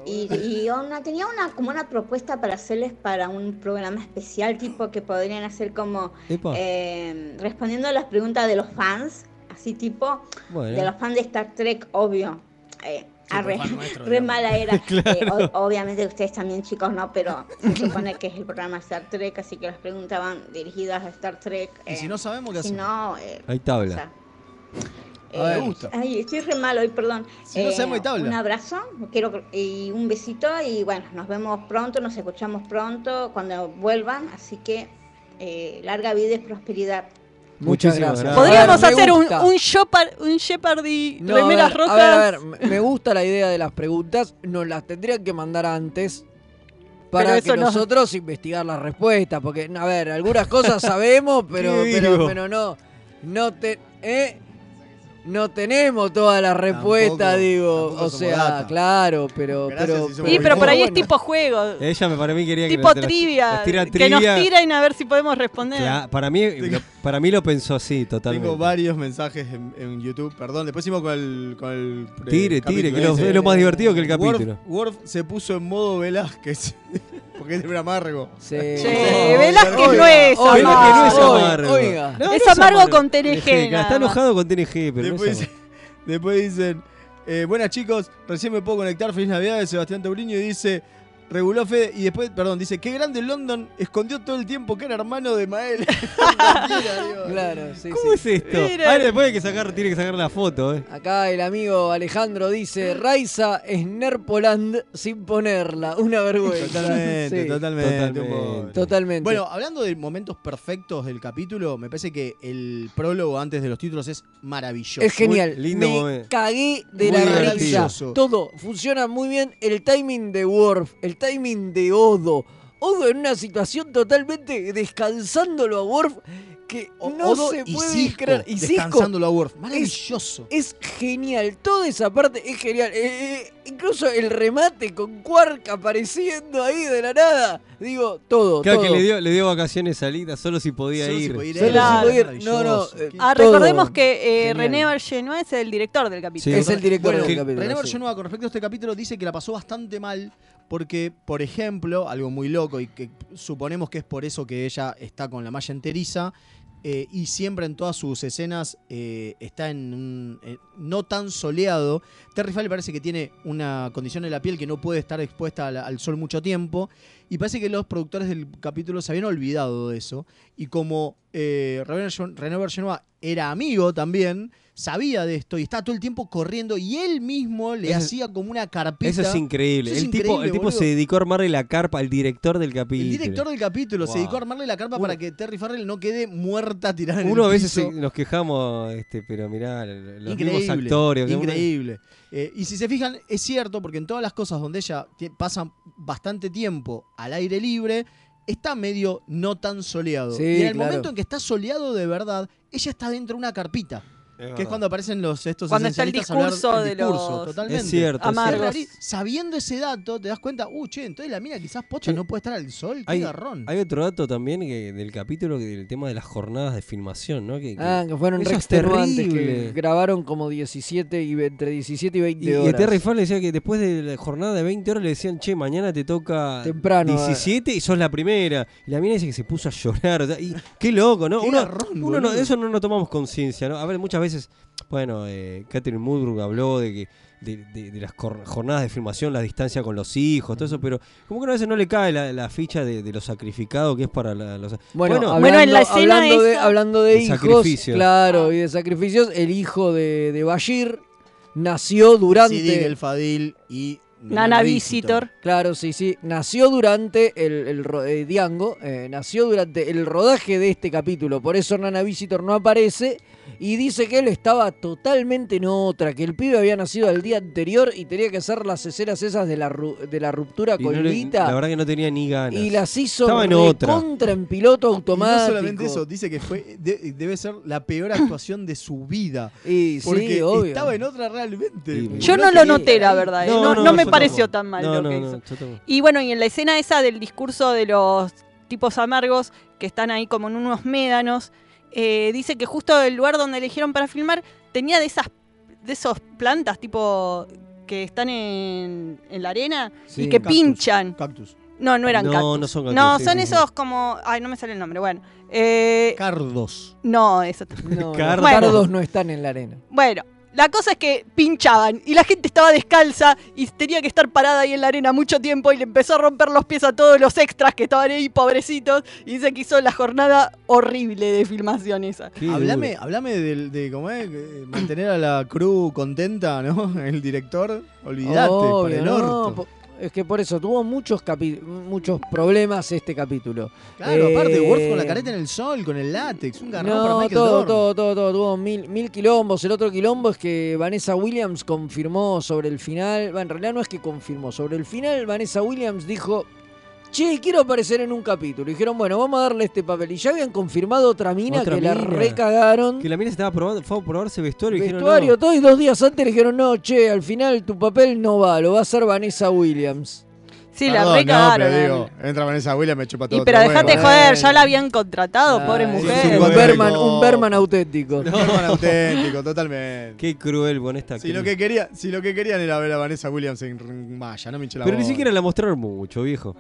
Y, y una, tenía una, como una propuesta para hacerles para un programa especial, tipo que podrían hacer como
Epa.
eh, respondiendo a las preguntas de los fans, así tipo
Bueno.
de los fans de Star Trek, obvio. Eh, arre,
fan nuestro,
re mala era.
Claro.
Eh, o- obviamente ustedes también, chicos, no, pero se supone que es el programa Star Trek, así que las preguntas van dirigidas a Star Trek.
Y si no sabemos qué
eh, si
hacemos.
no, eh,
Hay tabla.
A ver, gusta.
Ay, estoy re mal hoy, perdón. Eh,
Si no sabemos de tabla.
Un abrazo, quiero y un besito y bueno, nos vemos pronto, nos escuchamos pronto cuando vuelvan, así que eh, larga vida y prosperidad.
Muchas
Muchísimas
gracias.
gracias.
Podríamos
A ver, me
hacer un,
gusta.
un, Shepard- un Shepardy
No,
remeras
a ver,
rojas.
A ver, a ver, me- me gusta la idea de las preguntas. Nos las tendrían que mandar antes para
Pero
que
eso no.
nosotros investigar las respuestas. Porque, a ver, algunas cosas sabemos, pero,
Qué
pero,
vivo.
pero no. No, te, ¿eh? no tenemos todas las respuestas,
Tampoco-
digo.
tampoco
o
somos
sea,
data.
claro, pero.
Gracias,
pero,
si somos
Sí, pero por ahí es
bueno. Eh,
tipo juego.
Ella me, para mí quería que
Tipo
la- la-
trivia,
la tira
Que nos
trivia.
tiren a ver si podemos responder.
Cla- para, mí, lo- para mí lo pensó así, totalmente.
Tengo varios mensajes en, en YouTube. Perdón, después seguimos con el. Con el pre-
Tire,
capítulo
tire,
este.
que lo-
ese.
es lo más divertido que el
Worf-
capítulo.
Worf se puso en modo Velázquez. Porque es de amargo.
Sí.
Che, Velázquez Oh, no es
Pero
amargo.
que no es
Oiga,
amargo.
oiga.
No, no
Es amargo con TNG
Está
nada más.
enojado con TNG, pero no
Después,
es
dice- después dicen, eh, buenas chicos, recién me puedo conectar, feliz Navidad de Sebastián Tauriño y dice, reguló Fede, y después, perdón, dice, qué grande London, escondió todo el tiempo que era hermano de Mael. Mentira, digo.
Claro, sí,
¿Cómo
sí.
es esto?
Mira.
Ah, después hay que sacar, tiene que sacar la foto, eh.
Acá el amigo Alejandro dice, Raiza es Nerpoland sin ponerla. Una vergüenza.
Totalmente,
Sí,
totalmente.
Totalmente.
un poco.
Totalmente.
Bueno, hablando de momentos perfectos del capítulo, me parece que el prólogo antes de los títulos es maravilloso.
es genial.
Muy lindo
Me
momento.
cagué de
Muy
la risa.
divertido.
Todo funciona muy bien. El timing de Worf, el timing de Odo. Odo en una situación totalmente descansándolo a Worf que
O-
no
Odo
se
y
puede
Cisco,
creer. Y Cisco
descansándolo a Worf. Maravilloso.
es genial. Toda esa parte es genial. Eh, eh, incluso el remate con Quark apareciendo ahí de la nada. Digo, todo.
Claro que
todo.
le dio, le dio vacaciones salidas, solo si podía
Solo si
ir.
podía ir
Solo
él.
se puede ir-
Maravilloso.
No, no. eh,
Qué-
Ah,
todo.
recordemos que eh,
Genial.
René Bargenois es el director del capítulo.
Sí,
es el director
Bueno,
del
que-
capítulo.
René
sí.
Bargenova, con respecto a este capítulo, dice que la pasó bastante mal porque, por ejemplo, algo muy loco y que suponemos que es por eso que ella está con la malla enteriza eh, y siempre en todas sus escenas eh, está en un eh, no tan soleado. Terry Fowler parece que tiene una condición en la piel que no puede estar expuesta al, al sol mucho tiempo y parece que los productores del capítulo se habían olvidado de eso y como eh, René Gen- René Bergenois era amigo también, sabía de esto y estaba todo el tiempo corriendo y él mismo le
Eso-
hacía como una carpeta.
Eso es increíble.
Eso es
el tipo,
increíble,
el tipo
boludo.
se dedicó a armarle la carpa al director del capítulo.
El director del capítulo se
Wow.
dedicó a armarle la carpa
Uno-
para que Terry Farrell no quede muerta tirada en
Uno a
el
veces
piso.
se- nos quejamos, este, pero mirá, los mismos
increíble,
actores. que uno-
increíble. Eh, y si se fijan, es cierto, porque en todas las cosas donde ella tie- pasa bastante tiempo al aire libre, está medio no tan soleado.
Sí,
y en el
claro.
momento en que está soleado de verdad, ella está dentro de una carpita. que
verdad.
es cuando aparecen los estos
Cuando está el
esencialistas a hablar
discurso
del
de
discurso,
los
totalmente.
Es cierto, es amargos. cierto.
Es rarísimo. Sabiendo ese dato, te das cuenta, uh, che, entonces la mina quizás pocha no puede estar al sol, qué
Hay,
garrón.
hay otro dato también que- del capítulo que- del tema de las jornadas de filmación, ¿no? Que, que-
Ah, que fueron
eso
re
es
extenuantes,
terrible.
que grabaron como 17 y ve- entre 17 y 20
Y, y a
horas.
Terry Farr le decía que después de la jornada de 20 horas le decían, che, mañana te toca
eh".
Temprano, eh.
17 y sos la primera. Y la mina dice que se puso a llorar. o sea, y qué loco, ¿no?
Qué
uno,
garrón,
uno
boludo.
no- de eso no nos tomamos conciencia, ¿no? A ver, muchas veces, bueno, eh, Catherine Mudrug habló de que de, de- de las cor- jornadas de filmación, la distancia con los hijos, todo
Mm.
eso, pero como que a veces no le cae la, la ficha de, de lo sacrificado que es para la- los...
Bueno, hablando,
Bueno, en la escena
hablando de,
esa-
hablando de
De
hijos,
sacrificios.
claro, y de sacrificios, el hijo de, de Bashir nació durante...
Sidig el Fadil y
Nana Visitor.
Claro, sí, sí. Nació durante el, el ro- eh, Diango, eh, nació durante el rodaje de este capítulo. Por eso Nana Visitor no aparece. Y dice que él estaba totalmente en otra, que el pibe había nacido al día anterior y tenía que hacer las escenas esas de la, ru- de la ruptura
y no
con
le-
Lita.
la verdad que no tenía ni ganas.
y las hizo
Estaba en otra.
contra en piloto
Y
automático.
no solamente eso, dice que fue de- debe ser la peor actuación de su vida.
Y
porque
sí, obvio.
estaba en otra realmente.
Y-
Yo no lo noté, la verdad. eh. No, no, me
yo
pareció
tampoco.
tan mal
No,
lo
no,
que
no,
hizo.
yo tampoco.
Y bueno, y en la escena esa del discurso de los tipos amargos que están ahí como en unos médanos, eh, dice que justo el lugar donde eligieron para filmar tenía de esas de esos plantas tipo que están en, en la arena
Sí,
y que
cactus.
pinchan.
Cactus.
No, no eran
No,
cactus.
no son cactus,
No,
sí,
son
sí, sí.
esos como... Ay, no me sale el nombre. Bueno. eh,
Cardos.
no, eso t-
No, los
Cardo.
cardos no están en la arena.
Bueno, la cosa es que pinchaban y la gente estaba descalza y tenía que estar parada ahí en la arena mucho tiempo y le empezó a romper los pies a todos los extras que estaban ahí, pobrecitos. Y dice que hizo la jornada horrible de filmación esa.
Qué
Hablame, hablame del- de, cómo es, eh, mantener a la crew contenta, ¿no? El director, olvidate, para
Obvio,
el
no,
orto.
po- es que por eso tuvo muchos capi- muchos problemas este capítulo.
claro, aparte,
Eh,
Worf con la careta en el sol, con el látex, un garrón para
No,
Michael
todo,
Dorn.
todo, todo, todo, tuvo mil, mil quilombos. El otro quilombo es que Vanessa Williams confirmó sobre el final. va, en realidad no es que confirmó, sobre el final Vanessa Williams dijo: Che, quiero aparecer en un capítulo. Y dijeron, bueno, vamos a darle este papel. Y ya habían confirmado otra mina
Otra
que la
mina.
recagaron.
Que la mina se estaba probando, fue a probarse vestuario y dijeron,
Vestuario,
"No".
todo y dos días antes le dijeron, no, che, al final tu papel no va, lo va a hacer Vanessa Williams.
Sí, la
Perdón,
recagaron.
No, pero digo, entra Vanessa Williams, me chupa todo.
y pero
otro
dejate
huevo.
joder, ya la habían contratado,
Ah,
pobre
sí,
mujer.
sí,
un,
bueno.
Berman, un Berman auténtico.
Un garrón ¿eh? auténtico, totalmente.
Qué cruel con esta
Si lo,
actriz.
que quería, si lo que querían era ver a Vanessa Williams en Maya, no me hinche la
Pero ni
bola.
siquiera la mostraron mucho, viejo.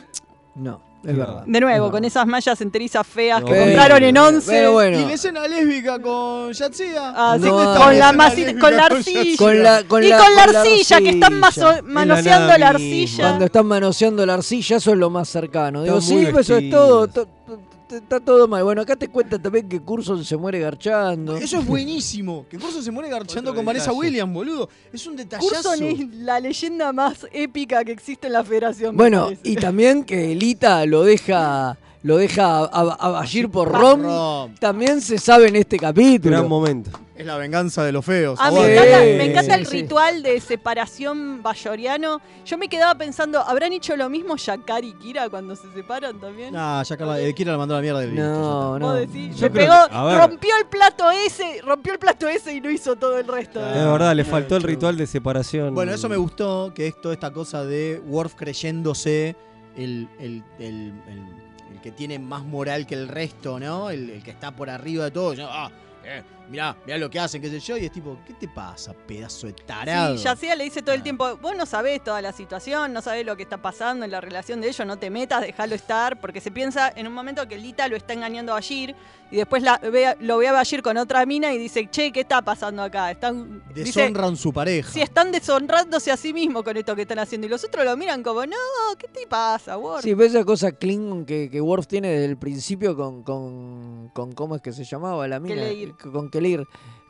No, es
No.
verdad.
De nuevo,
No.
con esas mallas enterizas feas
No.
que compraron en
Pero
once.
bueno,
Y la escena lésbica con Yatsia.
Ah, sí,
No,
con, la
no,
maci-
no,
con la
no,
arcilla.
con la- con
y
la-
con la
con la
arcilla, que están
arcilla.
maso- manoseando la
nada
arcilla.
misma.
Cuando están manoseando la arcilla, eso es lo más cercano. Digo,
Están muy
sí, pero eso es
vestidos.
todo. to- to- to- Está todo mal. Bueno, acá te cuentan también que Curson se muere garchando.
Eso es buenísimo. Que Curso se muere garchando
Otro
con Vanessa
detalle.
Williams, boludo. Es un detallazo.
Curson es la leyenda más épica que existe en la federación. me
Bueno,
parece.
y también que Elita lo deja lo deja a, a- a Bashir por Rom.
Rom.
También se sabe en este
Gran
capítulo.
momento.
Es la venganza de los feos.
Ah, me
aguante.
encanta,
Sí,
me encanta el
sí, sí.
ritual de separación bayoriano. Yo me quedaba pensando, ¿habrán hecho lo mismo Yakar y Kira cuando se separan también?
Nah, ya Carla, eh, Kira la mandó a la mierda del
No,
Vos
no.
decís,
Yo
le
creo
pegó,
que- a ver.
rompió el plato ese, rompió el plato ese y no hizo todo el resto.
Es
Claro.
verdad, le faltó el
Mucho.
ritual de separación.
Bueno, eso me gustó, que es toda esta cosa de Worf creyéndose el, el- el- el- el que tiene más moral que el resto, ¿no? El, el que está por arriba de todo. Yo, ah, eh, mirá, mirá lo que hacen, qué sé yo. Y es tipo, ¿qué te pasa, pedazo de tarado?
Sí, Yacía le dice todo el
Ah.
tiempo, vos no sabés toda la situación, no sabés lo que está pasando en la relación de ellos, no te metas, déjalo estar, porque se piensa en un momento que Lita lo está engañando a Bashir y después la, ve a- lo ve a Bashir con otra mina y dice, che, ¿qué está pasando acá? Están, dice,
Deshonran su pareja.
si están deshonrándose a sí mismos con esto que están haciendo y los otros lo miran como, no, ¿qué te pasa, Worf?
Sí, ves esa cosa Klingon que, que Worf tiene desde el principio con, con, con cómo es que se llamaba la mina, Eh,
Keleir.
con Kelir.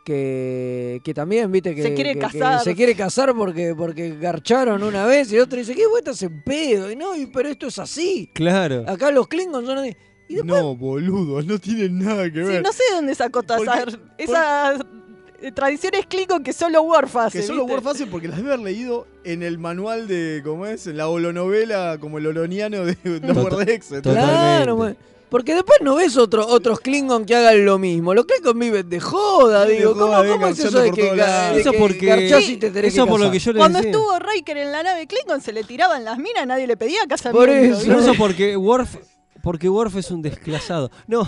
Que, que también, viste, que
Se quiere
que- que
casar.
se quiere casar porque, porque garcharon una vez y el otro dice, ¿qué vos estás en pedo? Y no, y- pero esto es así.
Claro.
Acá los Klingons son así. Y después
No, boludo, no tienen nada que
Sí,
ver.
no sé de dónde sacó toda
Porque-
esa, esa eh, tradiciones Klingon que solo Worf hace.
Que solo
¿viste?
Worf hace porque las debe haber leído en el manual de, ¿cómo es? En la holonovela, como el oloniano de Lower Decks. ¿entendés?
Claro, man. porque después no ves otro- otros Klingon que hagan lo mismo. Los Klingon viven de joda,
Viven de
digo.
joda,
¿Cómo,
viven
cómo es
garchando
eso de
por
que,
todos
ga-
lados?
de
Eso
que
porque-
garchás y te tenés
eso
que
por lo
casar?
que yo le
Cuando
decía.
estuvo Riker en la nave Klingon se le tiraban las minas, nadie le pedía casamiento.
Por eso.
Por
¿viste?
eso porque Worf, porque Worf es un desclasado. No.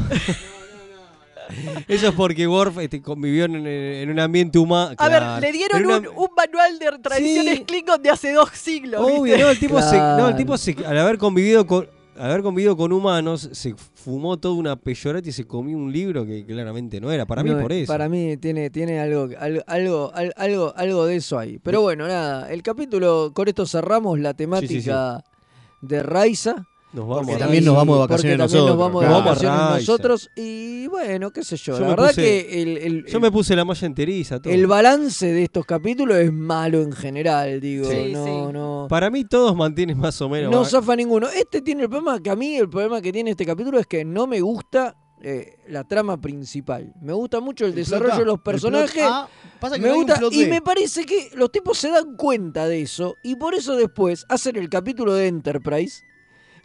Eso es porque Worf este, convivió en, en un ambiente humano.
A ver, le dieron un, un manual de tradiciones Klingon de hace dos siglos.
Obvio,
¿viste?
no, el tipo, se,
Claro.
no, el tipo se- al haber convivido con al haber convivido con humanos, se fumó toda una peyorata y se comió un libro que claramente no era. Para mí
No,
por eso.
Para mí tiene, tiene algo, al- algo, al- algo, algo de eso ahí. Pero bueno, nada, el capítulo, con esto cerramos la temática de Raiza.
Nos vamos.
Porque también nos vamos de
Porque
vacaciones
también
nosotros,
Nos vamos de
claro.
vacaciones
Vamos a Raiza.
nosotros. Y bueno, qué sé yo.
Yo
la
me
verdad
puse-
que el, el-
Yo me puse la malla enteriza. Todo.
el balance de estos capítulos es malo en general, digo.
Sí.
no,
Sí, sí.
no.
Para mí todos mantienen más o menos. ¿eh?
No
va-
zafa ninguno. Este tiene el problema que a mí, el problema que tiene este capítulo es que no me gusta eh, la trama principal. Me gusta mucho el,
El
desarrollo
plot A,
de los
el plot
personajes.
A, Ah, pasa que
me
no hay un
gusta,
plot
y
B.
me parece que los tipos se dan cuenta de eso y por eso después hacen el capítulo de Enterprise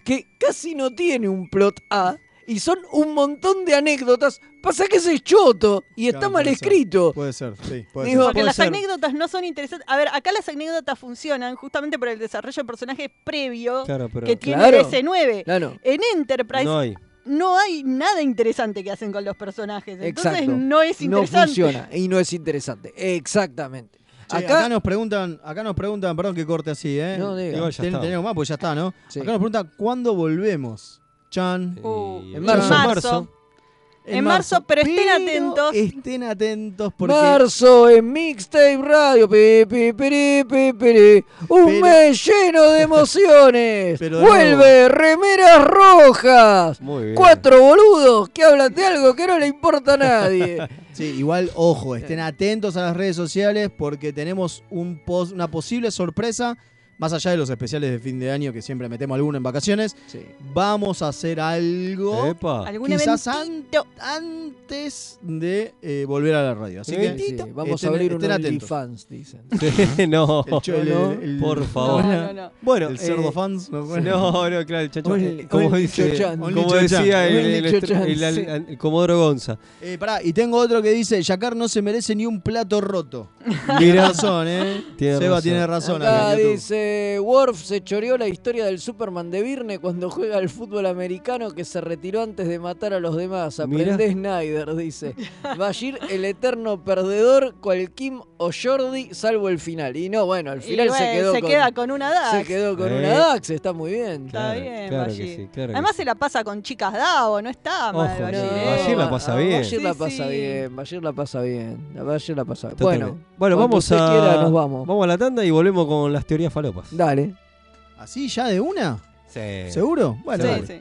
que casi no tiene un plot A y son un montón de anécdotas. Pasa que ese es choto y está
Claro,
mal
puede ser.
escrito.
Puede ser, sí, puede
Digo,
ser.
Porque
puede
las
ser.
anécdotas no son interesantes. A ver, acá las anécdotas funcionan justamente por el desarrollo de personajes previo
Claro, pero-
que tiene
Claro.
DC9.
Claro.
En Enterprise
No
no
hay.
hay. nada interesante que hacen con los personajes. Entonces
Exacto.
no es interesante.
No funciona y no es interesante. Exactamente.
Che, acá, nos preguntan, acá nos preguntan, perdón que corte así, ¿eh?
No, diga.
Igual ya
Ten-
está.
tenemos más, pues ya está, ¿no?
Sí.
Acá nos preguntan, ¿cuándo volvemos? Chan.
Uh,
Y-
en marzo.
En marzo, pero estén atentos.
Estén atentos porque
Marzo en Mixtape Radio. pi, pi, piri, pi, piri. Un
Pero-
mes lleno de emociones.
Pero de
Vuelve remeras rojas.
Muy bien.
Cuatro boludos que hablan de algo que no le importa a nadie.
Sí, igual, ojo, estén atentos a las redes sociales porque tenemos un pos- una posible sorpresa. Más allá de los especiales de fin de año, que siempre metemos alguno en vacaciones,
Sí.
vamos a hacer algo
Epa.
¿Algún
Quizás
eventito?
antes de eh, volver a la radio. Así que eh,
Sí,
Eventito.
vamos
Estén-
a abrir un
estén atentos.
OnlyFans, dicen.
no.
el cho- el- el-
Por
No,
favor.
no, no.
Bueno,
el
eh,
cerdo fans. ¿no?
No, no, claro, el chancho.
Only-
eh, como
only
dice,
Chochan.
como
Only
decía
Chochan.
el, este,
Only
el estru-
Chochan,
el al-
sí.
al- el Comodoro Gonza.
Eh, pará, y tengo otro que dice, Yacar no se merece ni un plato roto. Tiene
Mira,
razón, ¿eh?
Tiene
Seba
razón.
tiene razón. acá
Acá
en YouTube.
Ah, dice, Worf se choreó la historia del Superman de Virne cuando juega al fútbol americano que se retiró antes de matar a los demás. Aprende Snyder, dice. Bashir, el eterno perdedor, cual Kim o Jordi, salvo el final. Y no, bueno, al
Y
final se
bueno,
quedó
se
con,
queda con una edad.
se quedó con
Eh.
una DAX, está muy bien.
Está
Claro,
bien,
claro que
Bashir.
sí, claro que
Además
sí.
se la pasa con chicas Davo, no está mal
Ojo,
Bashir,
no,
¿eh?
Bashir la
a-
pasa
a
bien.
Bashir la
Sí,
pasa
sí.
bien, Bashir la pasa bien. a Bashir la pasa bien.
Totalmente.
Bueno,
bueno
cuando
vamos
usted
a
quiera, nos vamos.
a la tanda y volvemos con las teorías falopas.
Dale.
¿Así ya de una?
Sí.
¿Seguro? Bueno,
Sí,
dale.
sí.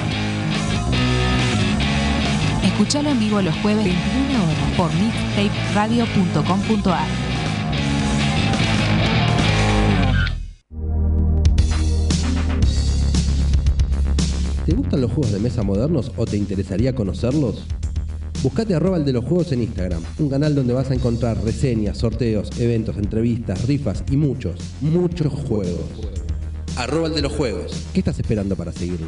Escuchalo en vivo los jueves 21 horas por mixtaperadio.com.ar.
¿Te gustan los juegos de mesa modernos o te interesaría conocerlos? Buscate arroba el de los juegos en Instagram, un canal donde vas a encontrar reseñas, sorteos, eventos, entrevistas, rifas y muchos, muchos juegos. Arroba el de los juegos. ¿Qué estás esperando para seguirlo?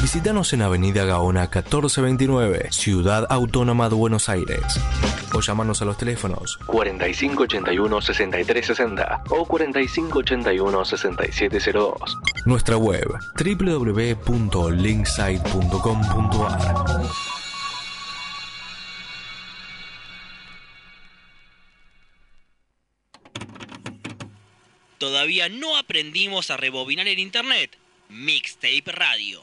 Visítanos en Avenida Gaona 1429, Ciudad Autónoma de Buenos Aires. O llámanos a los teléfonos 4581-6360 o 4581-6702. Nuestra web www.linkside.com.ar
Todavía no aprendimos a rebobinar en internet. Mixtape Radio.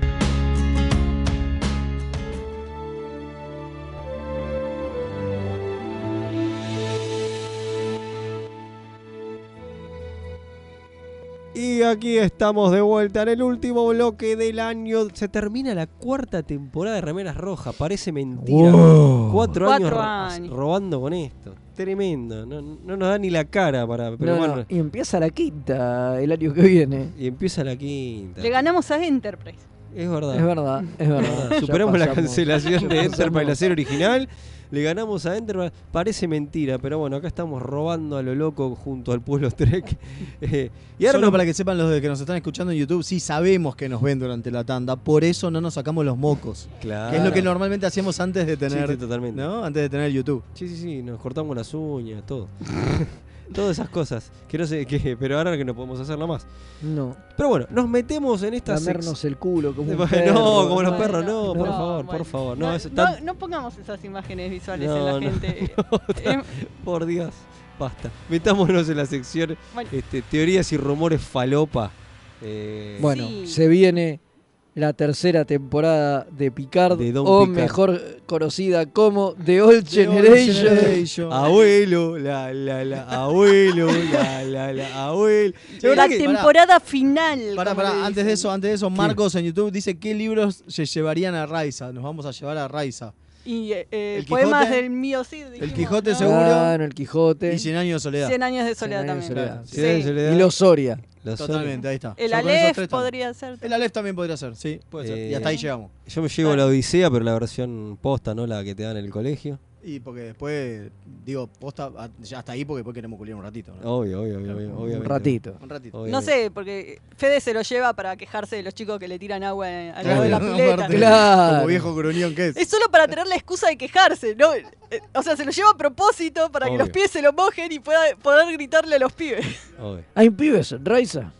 Y aquí estamos de vuelta en el último bloque del año. Se termina la cuarta temporada de Remeras Rojas. Parece mentira.
Wow.
Cuatro,
Cuatro
años, ro-
años.
robando con esto. Tremendo. No, no nos da ni la cara para. Pero
No,
bueno.
no, Y empieza la quinta el año que viene.
Y empieza la quinta.
Le ganamos a Enterprise.
Es verdad.
Es verdad, es verdad. Ya
Superamos la
pasamos,
cancelación
ya
de Enterprise,
pasamos.
la serie original. Le ganamos a Enterprise. Parece mentira, pero bueno, acá estamos robando a lo loco junto al pueblo Trek. Eh, y ahora
Solo
nos-
para que sepan los de que nos están escuchando en YouTube, sí sabemos que nos ven durante la tanda, por eso no nos sacamos los mocos.
Claro.
Que es lo que normalmente hacíamos antes de tener.
Ah. Sí, sí, totalmente.
¿No? Antes de tener YouTube.
Sí, sí, sí, nos cortamos las uñas, todo. Todas esas cosas. Que no sé qué, pero ahora que no podemos hacerla más.
No.
Pero bueno, nos metemos en esta
Lamernos
sec-
el culo como un
No,
perro,
como los
no,
perros, no,
no,
por
no,
favor,
bueno.
por favor. No, es
No,
tan-
no pongamos esas imágenes visuales
No,
en la
no,
gente.
no, ta- por Dios, basta. Metámonos en la sección
Bueno.
este, teorías y rumores falopa. Eh,
Bueno, se viene la tercera temporada de Picard, o
Picard.
mejor conocida como The Old Generation. Ah.
Abuelo, la, la, la, abuelo, la, la, la, abuelo. La verdad
Eh, la
que-
temporada final.
Pará,
como le
pará, antes de
dicen.
eso, antes de eso, Marcos en YouTube dice qué libros se llevarían a Raiza. Nos vamos a llevar a Raiza.
Y eh, eh,
El
poemas
Quijote.
del mío Cid.
El
dijimos,
Quijote
¿no?
seguro.
Claro, el Quijote.
Y Cien años de soledad.
Cien años de soledad
años de
también.
soledad.
Cien años de
Sí.
soledad.
Y los Soria.
Los
Totalmente, ahí está.
El
Ya con esos
Aleph
tres estamos.
podría ser.
El Aleph también podría ser, sí, puede ser. y
Eh,
hasta ahí llegamos.
Yo me llevo la Odisea, pero la versión posta, no la que te dan en el colegio.
Y porque después, digo, posta, a- ya hasta ahí porque después queremos culiar un ratito.
Oh,
¿no?
Obvio, obvio, obvio. obviamente.
ratito.
Un ratito.
No sé, porque Fede se lo lleva para quejarse de los chicos que le tiran agua al lado de la
Obvio.
pileta.
Aparte,
Claro.
Como viejo gruñón que es.
Es solo para tener la excusa de quejarse, ¿no? Eh, O sea, se lo lleva a propósito para que los
Obvio.
pies se lo mojen y pueda poder gritarle a los pibes.
Obvio.
Hay pibes en Raiza.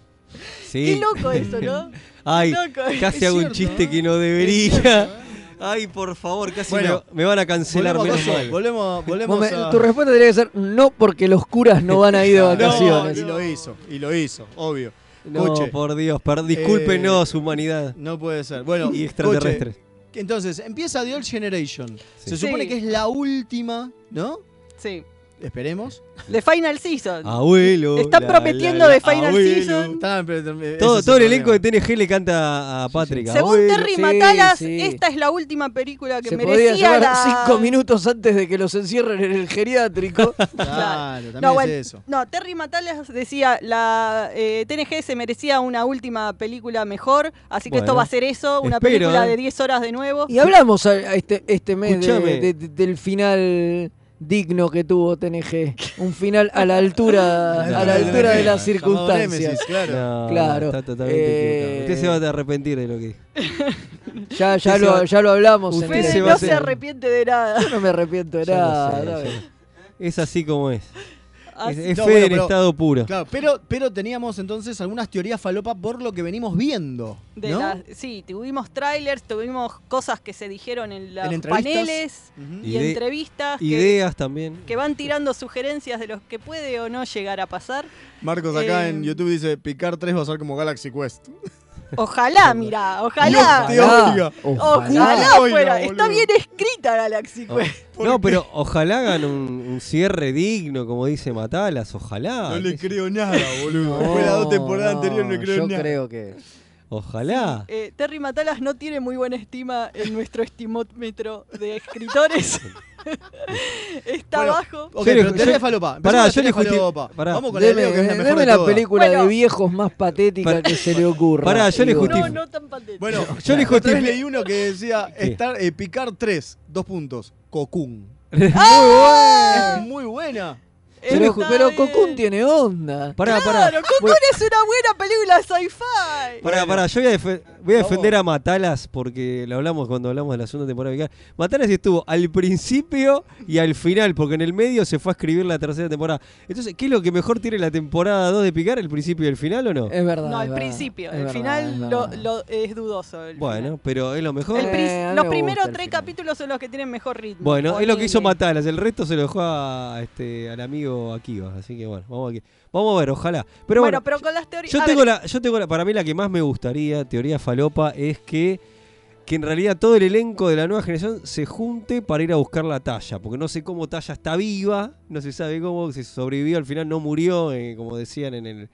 Sí.
Qué loco eso, ¿no?
Ay,
Loco, es
casi hago un
cierto,
chiste que no debería. Ay, por favor, casi
Bueno,
me, me van a cancelar,
volvemos
menos
a eso,
mal.
Volvemos, volvemos
Momen-
a...
Tu respuesta tendría que ser no porque los curas no van a ir de
No,
vacaciones.
y lo hizo, y lo hizo, obvio.
No,
Coche,
por Dios, per- discúlpenos, humanidad.
no puede ser. Bueno,
Y extraterrestres.
coche, entonces, empieza The Old Generation. Se
Sí.
supone que es la última, ¿no?
Sí.
Esperemos.
The Final Season.
Ah,
Abuelo.
Están
la,
prometiendo
la, la,
de Final
abuelo.
Season.
Tan- pero- ese
Todo,
es
todo el
problema.
elenco de TNG le canta a Patrick.
Según
abuelo.
Terry
Sí,
Matalas,
sí.
esta es la última película que
Se podía
merecía
llevar
la...
cinco minutos antes de que los encierren en el geriátrico.
Claro, también
No,
es
bueno,
eso.
no, Terry Matalas decía, la eh, TNG se merecía una última película mejor, así que esto
Bueno.
va a ser eso, una
Espero,
película
eh.
de 10 horas de nuevo.
Y hablamos a- a este, este mes de-
Escuchame.
de- de- del final digno que tuvo TNG. Un final a la altura, a la altura de las circunstancias.
No,
Claro.
Está totalmente
Eh,
equivocado. Usted se va a arrepentir de lo que dijo.
Ya, ya,
Usted se
lo,
va-
ya lo hablamos. en este
Usted
el-
se va a
no se arrepiente de nada.
Yo no me arrepiento de
Ya lo
nada.
sé,
no
ya
me-
lo sé. Es así como es. Es,
Así-
es
No,
fe
bueno,
en
pero-
estado puro.
Claro, pero, pero teníamos entonces algunas teorías falopa por lo que venimos viendo.
de
¿no?
la- sí, tuvimos trailers, tuvimos cosas que se dijeron en los
En entrevistas.
paneles y
Ide-
entrevistas que-
Ideas también.
Que, van tirando sugerencias de los que puede o no llegar a pasar.
Marcos acá
Eh,
en YouTube dice, picar 3 va a ser como Galaxy Quest.
Ojalá, mirá, ojalá.
Dios te oiga.
Ojalá
Oiga,
fuera.
boludo.
Está bien escrita Galaxy pues.
Oh.
Quest.
No, pero ojalá hagan un, un cierre digno, como dice Matalas,
Ah,
ojalá.
No le creo nada, boludo.
No,
Fue las dos temporadas
no,
anteriores, no le creo
yo
nada.
creo
que...
Ojalá.
Eh, Terry Matalas no tiene muy buena estima en nuestro estimómetro de escritores. Está
Bueno,
bajo.
ok, pero tenés falopa. Empecemos con
Pará, yo le
tenés
justi-
falopa.
pará.
Vamos con la de
Deme,
Leo, que es la mejor
deme
de
la
todas.
película
Bueno.
de viejos más patética
Pará.
que se le ocurra.
Pará, yo le
Y bueno,
justifico.
No tan patético.
Bueno,
Yo le
la otra vez
justifico-
leí uno que decía
¿Qué?
estar, eh, picar 3, dos puntos. Cocoon.
Ah.
Es muy buena.
Pero,
¡Ah! Está
pero
bien.
Cocoon tiene onda.
Pará, pará.
Claro, Cocoon es una buena película de sci-fi.
Pará, pará, yo voy a, defe- voy a defender a Matalas porque lo hablamos cuando hablamos de la segunda temporada. de Vicar. Matalas estuvo al principio y al final, porque en el medio se fue a escribir la tercera temporada. Entonces, ¿qué es lo que mejor tiene la temporada 2 de Picar, el principio y el final o no?
Es verdad.
No,
es
al
verdad,
principio.
es
El
verdad, es
final lo-
verdad.
lo- es dudoso. el
Bueno, pero es lo mejor.
final. El pris-
Eh, a
los
mí me gusta
primeros
el
tres
final.
capítulos son los que tienen mejor ritmo.
Bueno, es lo que hizo
Ponele.
Matalas, el resto se lo dejó a, este, al amigo Akiva, así que bueno, vamos, aquí. vamos a ver, ojalá. Pero bueno,
bueno, pero con las teorías.
yo, tengo la, yo tengo la, para mí la que más me gustaría, teoría falopa, es que, que en realidad todo el elenco de la nueva generación se junte para ir a buscar la talla, porque no sé cómo talla está viva, no se sabe cómo, si sobrevivió, al final no murió, eh, como decían en el,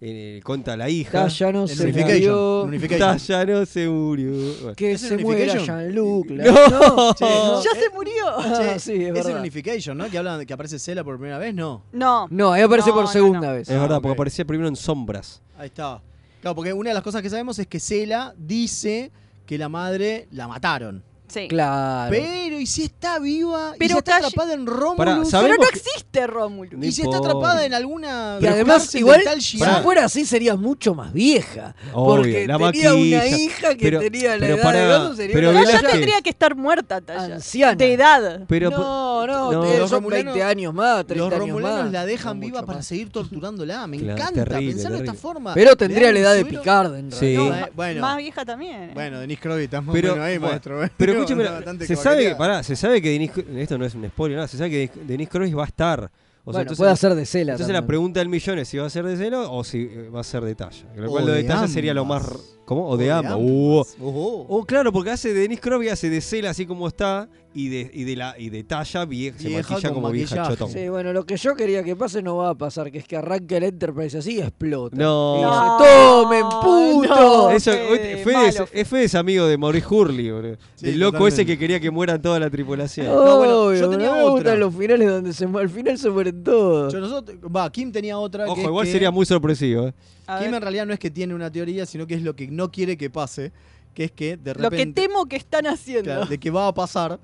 en el conta la hija.
Talla no
En
se
Unification,
murió,
en
Talla no se murió. Bueno.
Que
¿Es
se
en
muera
Unification?
Jean-Luc. la-
No.
che, no.
Ya se murió.
Ah,
Che,
sí, es
es el
verdad.
Unification, ¿no? Que, hablan, que aparece Cela por primera vez, no.
No.
No, ahí aparece
No,
por
no,
segunda
no.
vez.
Es verdad, porque
ok.
aparecía primero en sombras.
Ahí está. Claro, porque una de las cosas que sabemos es que Cela dice que la madre la mataron.
Sí.
Claro.
Pero, ¿y si está viva? ¿Y
Pero
si está
calle-
atrapada en Romulus?
Pará,
Pero
sabemos
no
que-
existe Rómulo.
No
¿Y si está
importa.
atrapada en alguna
Y además,
cárcel de
igual,
tal
si
ciudad?
fuera así, sería mucho más vieja.
Obvio,
porque
la
tenía una
maquilla.
hija que
Pero-
tenía la
pero
edad
pará,
de Gozo, sería
pero
una
No, ya
Velázquez.
tendría que estar muerta, Talla.
anciana.
De edad.
Pero
no, no,
no.
te-
Los
son
romulanos-
20 años más, 30
Los
años
romulanos
más.
la dejan
no
viva
mucho
para
más.
seguir torturándola. Me
Claro,
encanta
terrible,
pensarlo de
terrible.
esta forma.
Pero tendría
Le
la
dan
edad
un
de
suero-
Picard, en
Sí.
realidad.
No,
Eh,
ma-
bueno.
Más vieja también. eh.
Bueno, Denis Crowley, estás muy
Pero,
bueno ahí,
bueno,
maestro. eh.
pero escúcheme,
Está bastante
se sabe,
coqueteada.
pará, se sabe que Denis, esto no es un spoiler, nada, se sabe que Denis- Denis Croix va a estar. O sea,
Bueno,
entonces-
puede hacer de cela.
Entonces la
también.
pregunta del millón es si va a ser de celo o si eh, va a ser de talla. Lo
O
cual lo de
de
talla sería lo más...
ambas.
r- ¿Cómo? O de ambas. Uh.
Ojo.
Oh, claro, porque hace de Denis Croix hace de cela así como está y de, y de, la, y de talla vieja, se
Vieja
maquilla
con
como vieja
maquillaje.
chotón.
Sí, bueno, lo que yo quería que pase no va a pasar, que es que arranque el Enterprise así y explota.
No.
Y dice,
No,
¡Tomen,
no,
puto!
Eso,
Fede,
Fede, es-
malo.
es, Fede es amigo de Maurice Hurley, boludo.
Sí,
el loco ese
totalmente.
que quería que muera toda la tripulación.
No, bueno,
Obvio,
yo tenía
me
otra.
gustan los finales donde se, mu- al final se mueren todos.
Yo nosotros, va, Kim tenía otra. que
Ojo,
es
igual
que-
sería muy sorpresivo. ¿eh?
A
Kim
ver,
en realidad no es que tiene una teoría, sino que es lo que no quiere que pase, que es que de
Lo
repente.
que temo que están haciendo.
claro, de que va a pasar,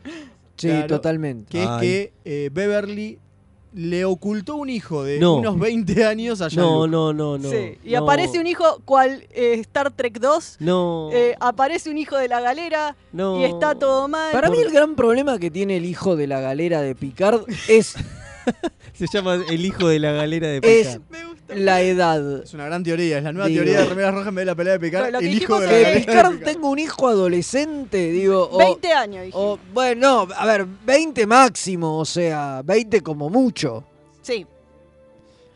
sí,
claro.
totalmente.
que
Ay.
es que eh, Beverly le ocultó un hijo de
No.
unos 20 años a
No,
Jean-Luc.
no, no, no.
Sí, Y aparece un hijo, cual eh, Star Trek 2.
No,
aparece un hijo de la galera
no.
y está todo mal.
Para mí el gran problema que tiene el hijo de la galera de Picard es,
Se llama el hijo de la galera de
es
pesca.
Me gusta.
la edad.
Es una gran teoría, es la nueva
Digo.
teoría de Remeras Rojas en vez de la pelea de
Bueno,
Picard,
lo que
el hijo
dijimos
de la
es-
Que
galera.
Picard tenga un hijo adolescente, digo, o,
20 años, dije.
o- bueno, no, a ver, 20 máximo, o sea, 20 como mucho.
Sí.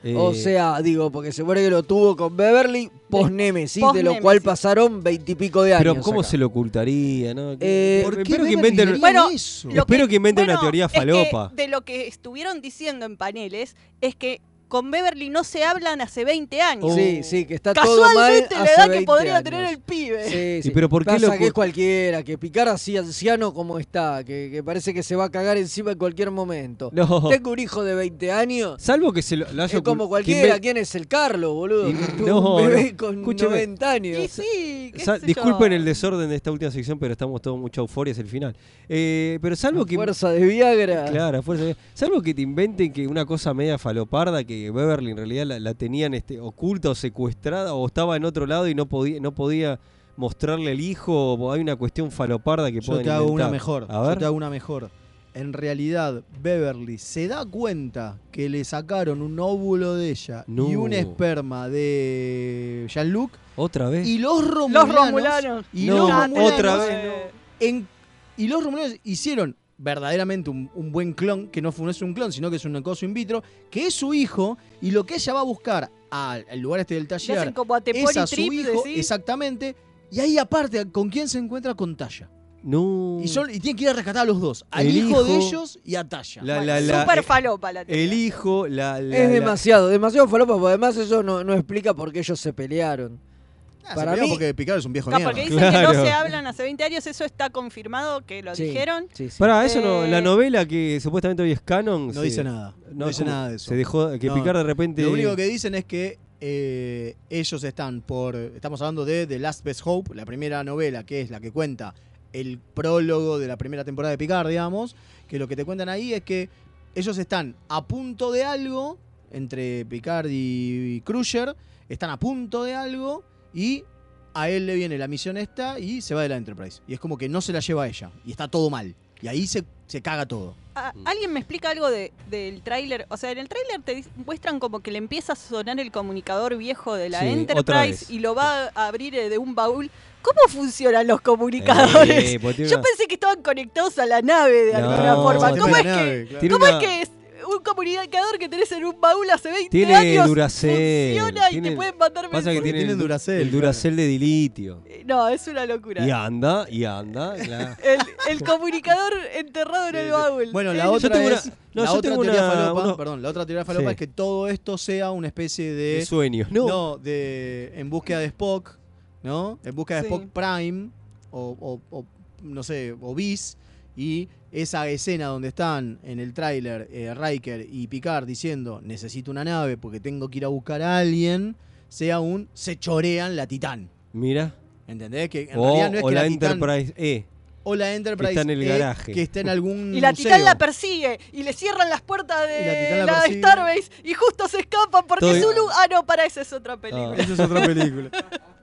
Eh,
O sea, digo, porque se muere que lo tuvo con Beverly, post-Nemesis, de lo
Post-Némesis.
cual pasaron 20 y pico de años.
pero ¿cómo
acá.
se lo ocultaría? No?
Eh,
Espero
¿Por qué
que
Beverly
inventen-
haría
Bueno,
eso?
lo- Espero que inventen una teoría
es que
falopa.
de lo que estuvieron diciendo en paneles es que con Beverly no se hablan hace 20 años.
Sí, sí, que está todo mal.
Casualmente la
hace
edad que
20
podría
años.
tener el pibe.
Sí,
¿Y pero por qué
Pasa
lo
que es
ocu-
cualquiera, que picar así anciano como está, que, que parece que se va a cagar encima en cualquier momento.
No.
Tengo un hijo de 20 años.
Salvo que se lo, lo haya
Es como
ocult-
cualquiera,
que
¿quién es el Carlos, boludo?
Y-
Que tuvo
no,
un bebé
no.
con
Escúcheme.
90 años.
Y sí,
inven-
qué
Sa-
sé yo.
disculpen el desorden de esta última sección, pero estamos todos mucha euforia, es el final. Eh, pero salvo que.
Fuerza de Viagra.
Claro, fuerza de- Salvo que te inventen que una cosa media faloparda, que Beverly en realidad la, la tenían este, oculta o secuestrada, o estaba en otro lado y no podía, no podía mostrarle el hijo, o hay una cuestión faloparda que
Yo
pueden
te hago una
inventar.
mejor.
A
Yo
ver.
te hago una mejor. En realidad, Beverly se da cuenta que le sacaron un óvulo de ella y
No.
un esperma de Jean-Luc
Otra vez.
y los romulanos.
Los romulanos.
Y
No,
los romulanos
otra vez.
Eh,
en- y los romulanos hicieron verdaderamente un, un buen clon, que no, fue, no es un clon, sino que es un coso in vitro, que es su hijo, y lo que ella va a buscar al, al lugar este del
Le hacen
taller
como a Tepori
es a su
Trip,
hijo,
decís.
exactamente, y ahí aparte, ¿con quién se encuentra? Con Talla.
No.
Y, son- y tienen que ir a rescatar a los dos, al
El
hijo, de
hijo-
ellos y a Talla.
La-
Bueno,
la- la-
super
eh,
falopa la teoría.
El hijo, la. la-
es
la-
demasiado, demasiado falopa, porque además eso no, no explica por qué ellos se pelearon.
Ah, se
Para
pegó
mí-
porque Picaro es un viejo
No,
mierda.
porque dicen que no se hablan hace 20 años, eso está confirmado, que lo dijeron.
Pará, eso no,
Eh,
la novela que supuestamente hoy es canon.
No
se-
dice nada. No, dice
como-
nada de eso.
Se dejó que
No,
picar de repente.
Lo único que dicen es que eh, ellos están por. Estamos hablando de The Last Best Hope, la primera novela, que es la que cuenta el prólogo de la primera temporada de Picard, digamos. Que lo que te cuentan ahí es que ellos están a punto de algo, entre Picard y Crusher, están a punto de algo y. A él le viene la misión esta y se va de la Enterprise. Y es como que no se la lleva a ella. Y está todo mal. Y ahí se, se caga todo.
a- ¿Alguien me explica algo de- del tráiler? O sea, en el tráiler te dis- muestran como que le empieza a sonar el comunicador viejo de la
Sí, otra vez.
Enterprise y lo va a abrir eh, de un baúl. ¿Cómo funcionan los comunicadores?
Eh, porque tiene
Yo
una-
pensé que estaban conectados a la nave de
Ah. No,
alguna forma.
tiene
¿Cómo
una
es
nave,
que,
claro.
cómo
Tiene
es que es un comunicador que tenés en un baúl hace 20
Tiene
años
Duracell.
funciona y
tiene-
te pueden mandar
Pasa que
mensajes?
tiene el Duracell. El Duracell de dilitio.
No, es una locura.
Y anda, y anda. claro.
El, el comunicador enterrado en el baúl.
Bueno,
Eh,
la otra
tengo una-
es- la
no, yo
otra
tengo
teoría
una-
falopa,
unos-
perdón, la otra teoría falopa
Sí.
es que todo esto sea una especie de,
De sueño. No.
Eh, No, de en búsqueda de Spock, ¿no? En búsqueda de
Sí.
Spock Prime o, o- o, no sé, o Bis y esa escena donde están en el tráiler eh, Riker y Picard diciendo, "Necesito una nave porque tengo que ir a buscar a alguien", sea un se chorean la Titán.
Mira.
¿Entendés? Que en
o
realidad no es
o
que la,
la
Titán-
Enterprise E.
o la Enterprise
está en el
eh,
garaje.
que está en algún
Y la titán
museo.
la persigue y le cierran las puertas
Y la
de
titán la
la,
persigue.
Starbase y justo se escapan porque
Todo-
es un... lu- Ah, no, para esa es otra
Ah.
película.
Esa es otra película.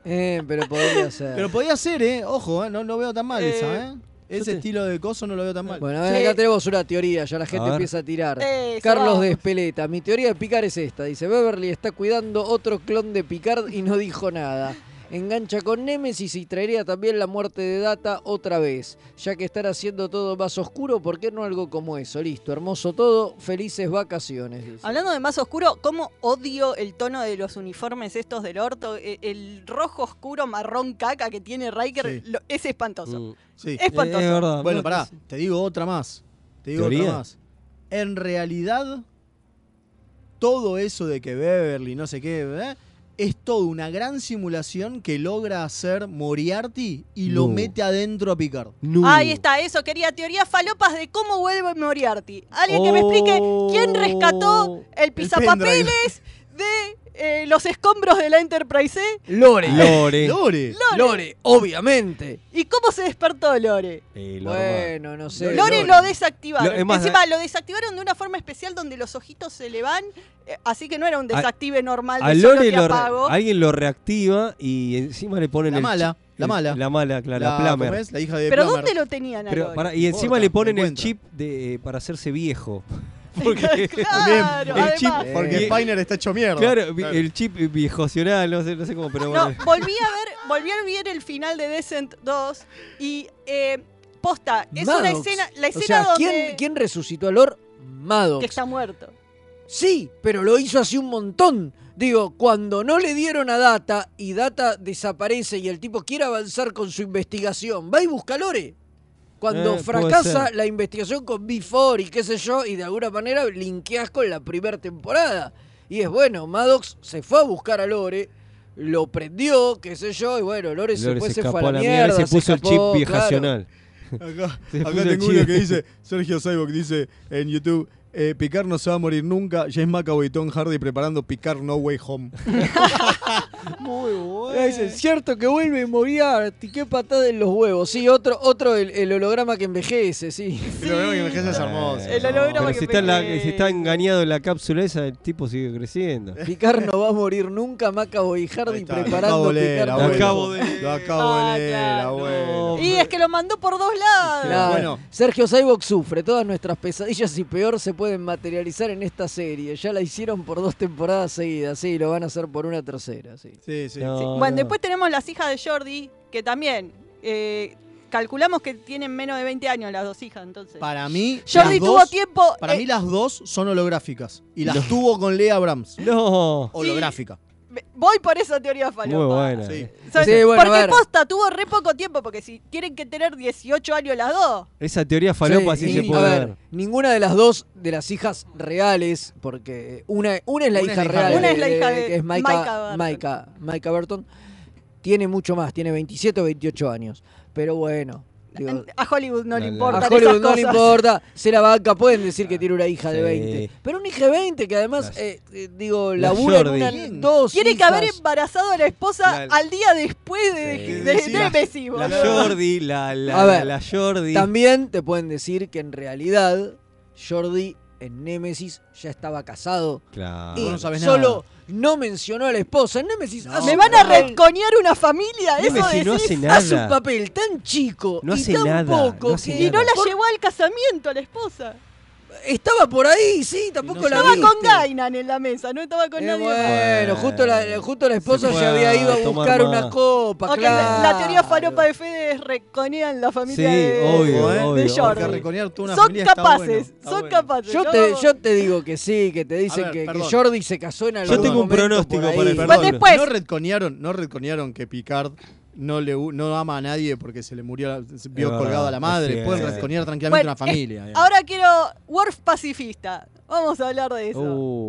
Eh, pero podría ser.
Pero podía ser, ¿eh? Ojo, ¿eh? No lo veo tan mal
Eh,
esa, ¿eh? Ese estilo de coso no lo veo tan mal.
Bueno, a ver, acá tenemos una teoría, ya la gente
ver.
empieza a tirar.
Eso,
Carlos
vamos.
de Espeleta, mi teoría de Picard es esta. Dice, Beverly está cuidando otro clon de Picard y no dijo nada. Engancha con Nemesis y traería también la muerte de Data otra vez. Ya que estar haciendo todo más oscuro, ¿por qué no algo como eso? Listo, hermoso todo, felices vacaciones. dice.
Hablando de más oscuro, ¿cómo odio el tono de los uniformes estos del orto? E- El rojo oscuro, marrón caca que tiene Riker lo- es espantoso.
Mm.
Sí.
Espantoso. Eh, es verdad.
bueno,
No,
pará,
sí.
te digo otra más. Te digo
¿Teoría?
otra más. En realidad, todo eso de que Beverly, no sé qué, ¿eh? es toda una gran simulación que logra hacer Moriarty y lo
No.
mete adentro a Picard.
Uh.
Ahí está, eso quería teorías falopas de cómo vuelve Moriarty. Alguien que me
Oh.
explique quién rescató el pizapapeles de eh, los escombros de la Enterprise E
Lore.
Lore.
Lore.
Lore, obviamente.
y cómo se despertó Lore.
Bueno, no sé.
Lore, lo desactivaron.
Lo- es más,
Encima
eh,
lo desactivaron de una forma especial donde los ojitos se le van, eh, así que no era un
A-
desactive normal de
A
solo
Lore
te
lo re-
apago.
alguien lo reactiva y encima le ponen
La
el
mala,
chip-
la
el-
mala.
La mala, claro, la,
La-
Plummer.
¿cómo es? La hija de
Pero
Plummer.
¿dónde lo tenían a
Pero,
Lore?
pará, y encima
importa,
le ponen
lo
el
encuentra.
chip de, eh, para hacerse viejo.
Claro,
el chip,
además.
Porque
Eh,
Spiner está hecho mierda.
Claro, vi- el chip viejocional, no sé, no sé cómo, pero
No,
bueno.
volví a ver, volví a ver el final de Descent 2 y eh, posta, es una
Maddox.
escena, la escena
o sea,
donde
¿quién, quién resucitó a Lore?
que
Maddox.
está muerto.
Sí, pero lo hizo hace un montón. Digo, cuando no le dieron a Data y Data desaparece y el tipo quiere avanzar con su investigación, va y busca a Lore.
Eh,
Cuando
puede
fracasa
ser.
la investigación con B4 y qué sé yo, y de alguna manera linkeás con la primera temporada. Y es bueno, Maddox se fue a buscar a Lore, lo prendió, qué sé yo, y bueno, Lore,
Lore
después
se
se,
escapó
fue a
a
la
la mierda,
mierda.
se puso el
escapó,
chip
claro.
viejacional.
Acá,
Se
acá
puso el
tengo
chip.
uno que dice, Sergio Cyborg dice en YouTube, eh, Picard no se va a morir nunca, James McAvoy y Tom Hardy preparando Picard No Way Home.
Muy bueno.
Eh.
Dice, cierto que vuelve Moriarty, qué patada en los huevos. Sí, otro, otro el, el holograma que envejece, sí.
El holograma que envejece es hermoso.
El
Pero
holograma que
si está, en la-
envejece.
si está engañado en la cápsula esa, el tipo sigue creciendo.
Picard no va a morir nunca, Macabo y Hardy
está, lo
preparando
acabo de leer,
Picard.
Lo
abuelo.
acabo de
Lo acabo de leer, abuelo.
Y es que lo mandó por dos lados.
Claro.
Bueno.
Sergio Cyborg sufre, todas nuestras pesadillas y peor se pueden materializar en esta serie. Ya la hicieron por dos temporadas seguidas, sí, lo van a hacer por una tercera, sí.
Sí, sí.
No,
Bueno,
no.
después tenemos las hijas de Jordi, que también eh, calculamos que tienen menos de 20 años las dos hijas, entonces.
Para mí, las
Jordi tuvo
dos-
tiempo.
Para
eh,
mí las dos son holográficas. Y las tuvo con Lea Abrams.
No.
Holográfica.
Voy por esa teoría falopa.
Muy buena.
Sí.
So-
Sí, bueno, a
porque
ver.
posta tuvo re poco tiempo, porque si tienen que tener 18 años las dos.
Esa teoría falopa sí,
y-
se
a
puede
ver,
ver.
Ninguna de las dos de las hijas reales, porque una, una es la
Una
hija
es la hija
real,
real.
Una es la hija de
que es
Micah
Micah,
Burton.
Micah, Micah Burton, Tiene mucho más, tiene 27 o 28 años. Pero bueno. digo,
A Hollywood no le
a
importa.
Hollywood no le importa, se la banca, pueden decir
Ah,
que tiene una hija de 20. Pero una hija de 20 que además, eh, eh, digo,
La
labura en
Jordi.
una-
¿Quién?
dos
Tiene que
hijas.
haber embarazado a la esposa
La-
al día después de,
Eh, Sí.
de,
Sí.
de Messi,
La
boludo.
Jordi, la, la,
A ver,
la Jordi.
También te pueden decir que en realidad Jordi en Némesis ya estaba casado.
Claro. Ah,
Y
Vos no sabés
solo no mencionó a la esposa. En Némesis hace
Ah, Me
un
van a
papel-
retconear una familia, eso
Némesis
decís.
no hace nada.
Hace un papel tan chico
No
y
hace
tan
nada,
poco
no hace
que
Y no la
Por-
llevó al casamiento a la esposa.
Estaba por ahí, sí, tampoco la
estaba
viste.
con Gainan en la mesa, no estaba con
Eh,
nadie más.
bueno, justo la, justo la esposa
fue
se había
a
ido a
tomar
buscar
más.
una copa,
Ok,
claro.
La teoría faropa de Fede es reconean la familia
Sí,
de,
obvio,
¿eh?
de
obvio,
Jordi.
porque
son capaces, son capaces.
Yo
¿no?
te, yo te digo que sí, que te
A
dicen
ver,
que- que,
perdón.
Jordi se casó en algún momento por ahí.
No retconearon, no retconearon que Picard no le hu- no ama a nadie porque se le murió la- se vio
verdad,
colgada la
es
madre.
cierto.
Pueden retconear tranquilamente
Bueno, eh,
una familia. digamos.
Ahora quiero Worf pacifista. Vamos a hablar de eso.
Uh,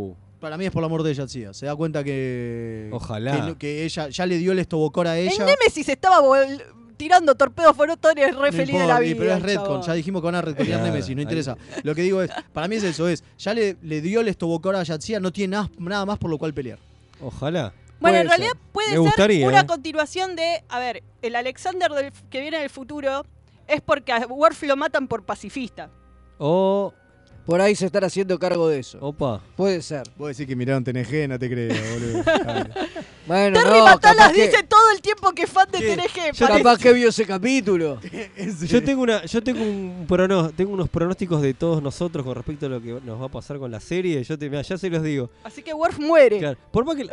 Para mí es por el amor de ella, tía. Se da cuenta que.
Ojalá.
Que, no- que ella ya le dio el estobocor a
En
ella.
Nemesis estaba vol- tirando torpedos forotores re
No
feliz de
importa,
la
y-
vida.
Pero es
el
Redcon,
chabón.
ya dijimos que van a redconear
Claro,
Nemesis, no
ahí-
interesa. Lo que digo es, para mí es eso, es, ya le, le dio el estobocor a Yatsia, no tiene nada, nada más por lo cual pelear.
Ojalá.
Bueno, en realidad puede
Me
ser
gustaría,
una
eh.
continuación de, a ver, el Alexander del- que viene del futuro es porque a Worf lo matan por pacifista.
O
por ahí se están haciendo cargo de eso.
Oh, Opa.
Puede ser.
Vos decís que miraron TNG, no te crees, boludo.
Bueno,
Terry
no,
Matalas
capaz que-
dice todo el tiempo que es fan de TNG. parece.
capaz que vio ese capítulo.
Yo tengo una, yo tengo un prono- tengo unos pronósticos de todos nosotros con respecto a lo que nos va a pasar con la serie. Yo te, mirá, ya se los digo.
Así que Worf muere.
Claro, por más que la-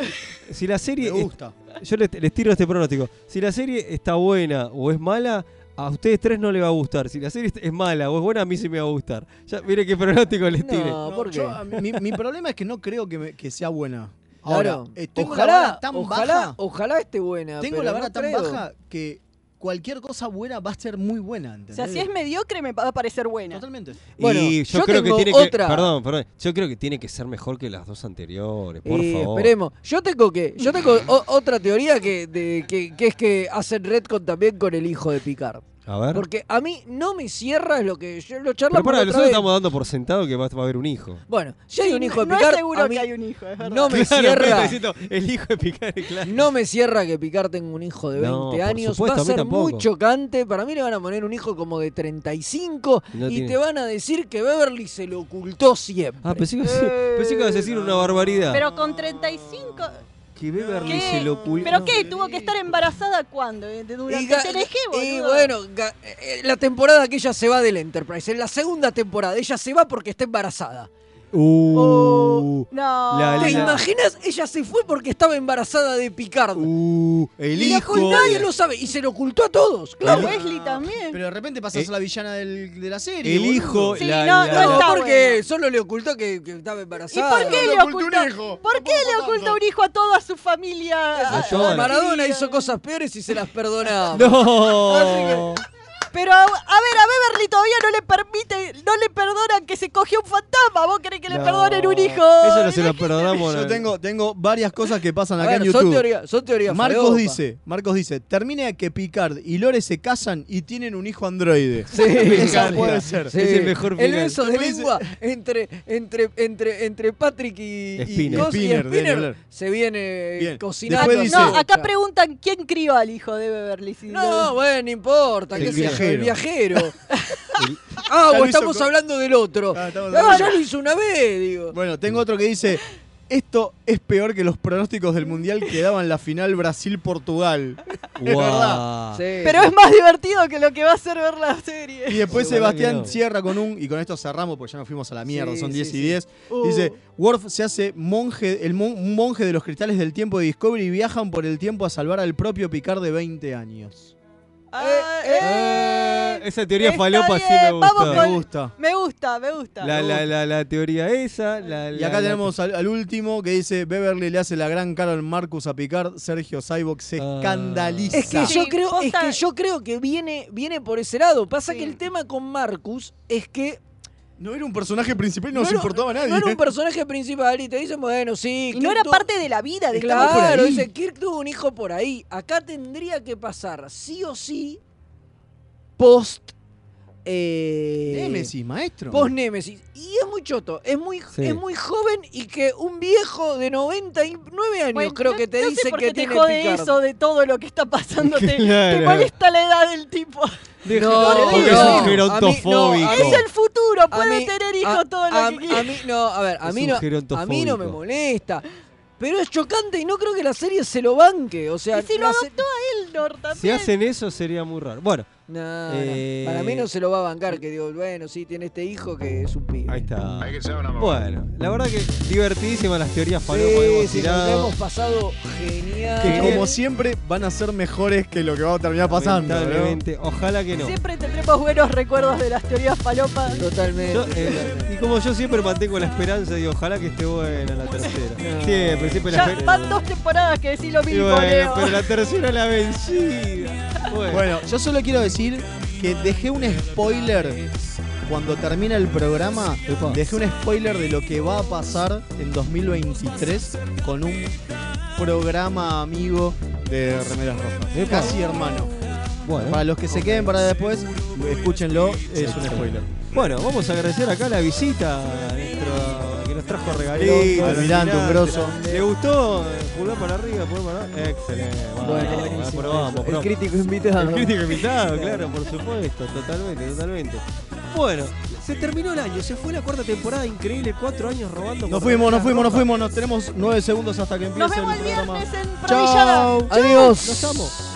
si la serie
Me gusta.
es- yo les, les tiro este pronóstico. Si la serie está buena o es mala, a ustedes tres no les va a gustar. Si la serie es mala o es buena, a mí sí me va a gustar. Ya, mire qué pronóstico les tiré.
No, yo, a mí- mi, mi problema es que no creo que, me- que sea buena. Ahora,
Claro.
eh, tengo la
ojalá,
vara tan
ojalá,
baja.
ojalá esté buena.
Tengo
pero
la vara
no
tan
creo.
baja que cualquier cosa buena va a ser muy buena.
O
¿entendés?
sea, si es mediocre me va a parecer buena.
Totalmente.
Bueno,
y yo,
yo
creo que
tengo
tiene
otra.
que. Perdón, perdón. Yo creo que tiene que ser mejor que las dos anteriores, por
Y
favor.
Eh, esperemos. Yo tengo que, yo tengo o- otra teoría que, de- que, que es que hacen Redcon también con el hijo de Picard.
A ver.
Porque a mí no me cierra es lo que yo lo charlo
Pero
por
para,
otra
nosotros
vez.
estamos dando por sentado que va, va a haber un hijo.
Bueno, si hay un hijo de
no
Picard,
es seguro
a mí
que hay un hijo, es verdad.
no me
Claro, pero
cierra.
necesito el hijo de Picard, claro.
No me cierra que Picard tenga un hijo de 20
No, por
años.
supuesto,
Va
a
a
mí
ser
tampoco.
muy chocante. Para mí le van a poner un hijo como de 35
No
y
tiene-
te van a decir que Beverly se lo ocultó siempre.
Ah, pensé que,
¡Eh!
pensé que ibas a decir una barbaridad.
Pero con 35.
que Beverly
¿Qué?
se lo ocultó.
¿Pero
eh,
qué? ¿Tuvo que estar embarazada cuándo? ¿Eh? ¿De- ¿Durante
Y, ga-
TNG,
y
boludo?
bueno, ga- eh, la temporada que ella se va del Enterprise, en la segunda temporada, ella se va porque está embarazada.
Uh,
Oh, No.
La
¿Te
Elena-
imaginas? Ella se fue porque estaba embarazada de Picard.
uh, el
y la
hijo.
ocultó, nadie lo sabe. Y se lo ocultó a todos.
No,
Claro.
Wesley también.
Pero de repente pasas
Eh,
a la villana del- de la serie.
El
boludo.
hijo. la,
no,
la-
no está
porque solo le ocultó que, que estaba
¿Y
embarazada.
por qué le ocultó un hijo? ¿Por qué le oculta un hijo a toda su familia?
A todas.
Maradona
eh.
hizo cosas peores y se las perdonaba.
No.
Pero a, a ver, a Beverly todavía no le permite, no le perdonan que se cogió un fantasma. ¿Vos querés que le
No.
perdonen un hijo?
Eso no se lo perdonamos.
Yo
no.
tengo, tengo varias cosas que pasan
A
acá
ver,
en YouTube.
son teoría- son teorías
Marcos
falopa.
dice, Marcos dice, termina que Picard y Lore se casan y tienen un hijo androide.
Sí,
Esa
claro.
puede ser.
Sí. El beso de lengua entre, entre, entre, entre Patrick y y
Spinner.
Cos- y
Spinner,
Spinner
bien,
se viene
Bien.
cocinando.
Después dice-
Ah, No, acá preguntan quién crió al hijo de Beverly. si
No, bueno, no importa.
El
qué sé yo,
viajero.
el viajero.
Ya
ah, o
lo hizo
estamos
con-
hablando del otro.
Ah, estamos
No,
hablando-
ya lo hizo una vez, digo.
Bueno, tengo otro que dice, esto es peor que los pronósticos del Mundial que daban la final Brasil-Portugal. Es
Guau.
verdad.
Pero es más divertido que lo que va a ser ver la serie.
Y después
Seguro
Sebastián
que no.
cierra con un, y con esto cerramos porque ya nos fuimos a la mierda,
Sí,
son
sí,
10
sí.
y 10.
Uh.
Dice, Worf se hace monje, el mon- un monje de los cristales del tiempo de Discovery y viajan por el tiempo a salvar al propio Picard de 20 años.
Eh,
Ah,
Ah, esa teoría
Está
falopa sí me
bien,
gusta.
vamos
Me gusta.
Me gusta, me gusta.
La, la, la, la teoría esa. La,
Y
la-
acá
la-
tenemos al, al último que dice, Beverly le hace la gran cara al Marcus a Picard, Sergio Cyborg se
Ah.
escandaliza.
Es que, yo
Sí,
creo, es
posta-
que yo creo que viene, viene por ese lado. Pasa que el tema con Marcus es que
No era un personaje principal y no,
No
nos
era-
importaba a nadie.
No era un personaje principal y te dicen, bueno, sí.
Y no
Kirk
era
tuvo-
parte de la vida de
Claro,
Kirk. Estaba por ahí.
dice, Kirk tuvo un hijo por ahí. Acá tendría que pasar, sí o sí, post. Eh,
Némesis, maestro.
Post Némesis. Y es muy choto, es muy,
Sí.
es muy joven y que un viejo de 99 años
Bueno,
creo
Pues no-
que te
no sé
dice
por
que
qué te
tiene
jode
Picard.
eso de todo lo que está pasando. Te,
Claro.
te molesta la edad del tipo.
Deja-
No,
porque
no,
es
a
un
mí-
gerontofóbico.
no, a mí-
Es el futuro,
A
puede
mí-
tener hijos
a-
todo lo
a-
que quiera.
A mí no, a ver, a
Es
mí
un
no, a mí no
gerontofóbico.
me molesta. Pero es chocante y no creo que la serie se lo banque. O sea,
Y si lo
la se-
adoptó a Eldor
Si
también.
hacen eso sería muy raro. Bueno,
No,
Eh,
no, para mí no se lo va a bancar. Que digo, bueno, sí, tiene este hijo que es un pibe.
ahí está. Bueno, la verdad que divertidísimas las teorías falopa que
Sí,
hemos
sí, nos
tirado.
hemos pasado genial.
Que como siempre van a ser mejores que lo que va a terminar pasando. ¿no?
Lamentablemente, ojalá que no.
Siempre tendremos buenos recuerdos de las teorías palopas.
Totalmente.
Yo, eh, y como yo siempre mantengo la esperanza, digo, ojalá que esté buena la tercera. Siempre, siempre la
Ya
esperanza.
van dos temporadas que decís lo
Y
mismo,
bueno,
Leo.
pero la tercera la vencida. Bueno,
Bueno, yo solo quiero decir que dejé un spoiler cuando termina el programa. Dejé un spoiler de lo que va a pasar en 2023 con un programa amigo de Remeras Rojas.
Epa.
Casi hermano.
Bueno.
Para los que se queden para después, escúchenlo, es un spoiler.
Bueno, vamos a agradecer acá la visita a nuestro- que nos trajo
Almirante,
regalitos.
un grosso.
¿Le gustó? Pulgar para arriba, pulgar para abajo. Excelente.
Bueno,
Bueno,
buenísimo
aprobamos,
eso. El
aprobamos.
crítico invitado.
El crítico invitado, claro, por supuesto, totalmente, totalmente. Bueno, se terminó el año, se fue la cuarta temporada, increíble, cuatro años robando.
Nos
con
fuimos, nos fuimos, nos
remeras rojas.
fuimos. Nos tenemos nueve segundos hasta que empiece
Nos vemos
el
el
programa.
viernes en
Chao.
Prodillada.
Adiós.
Nos amo.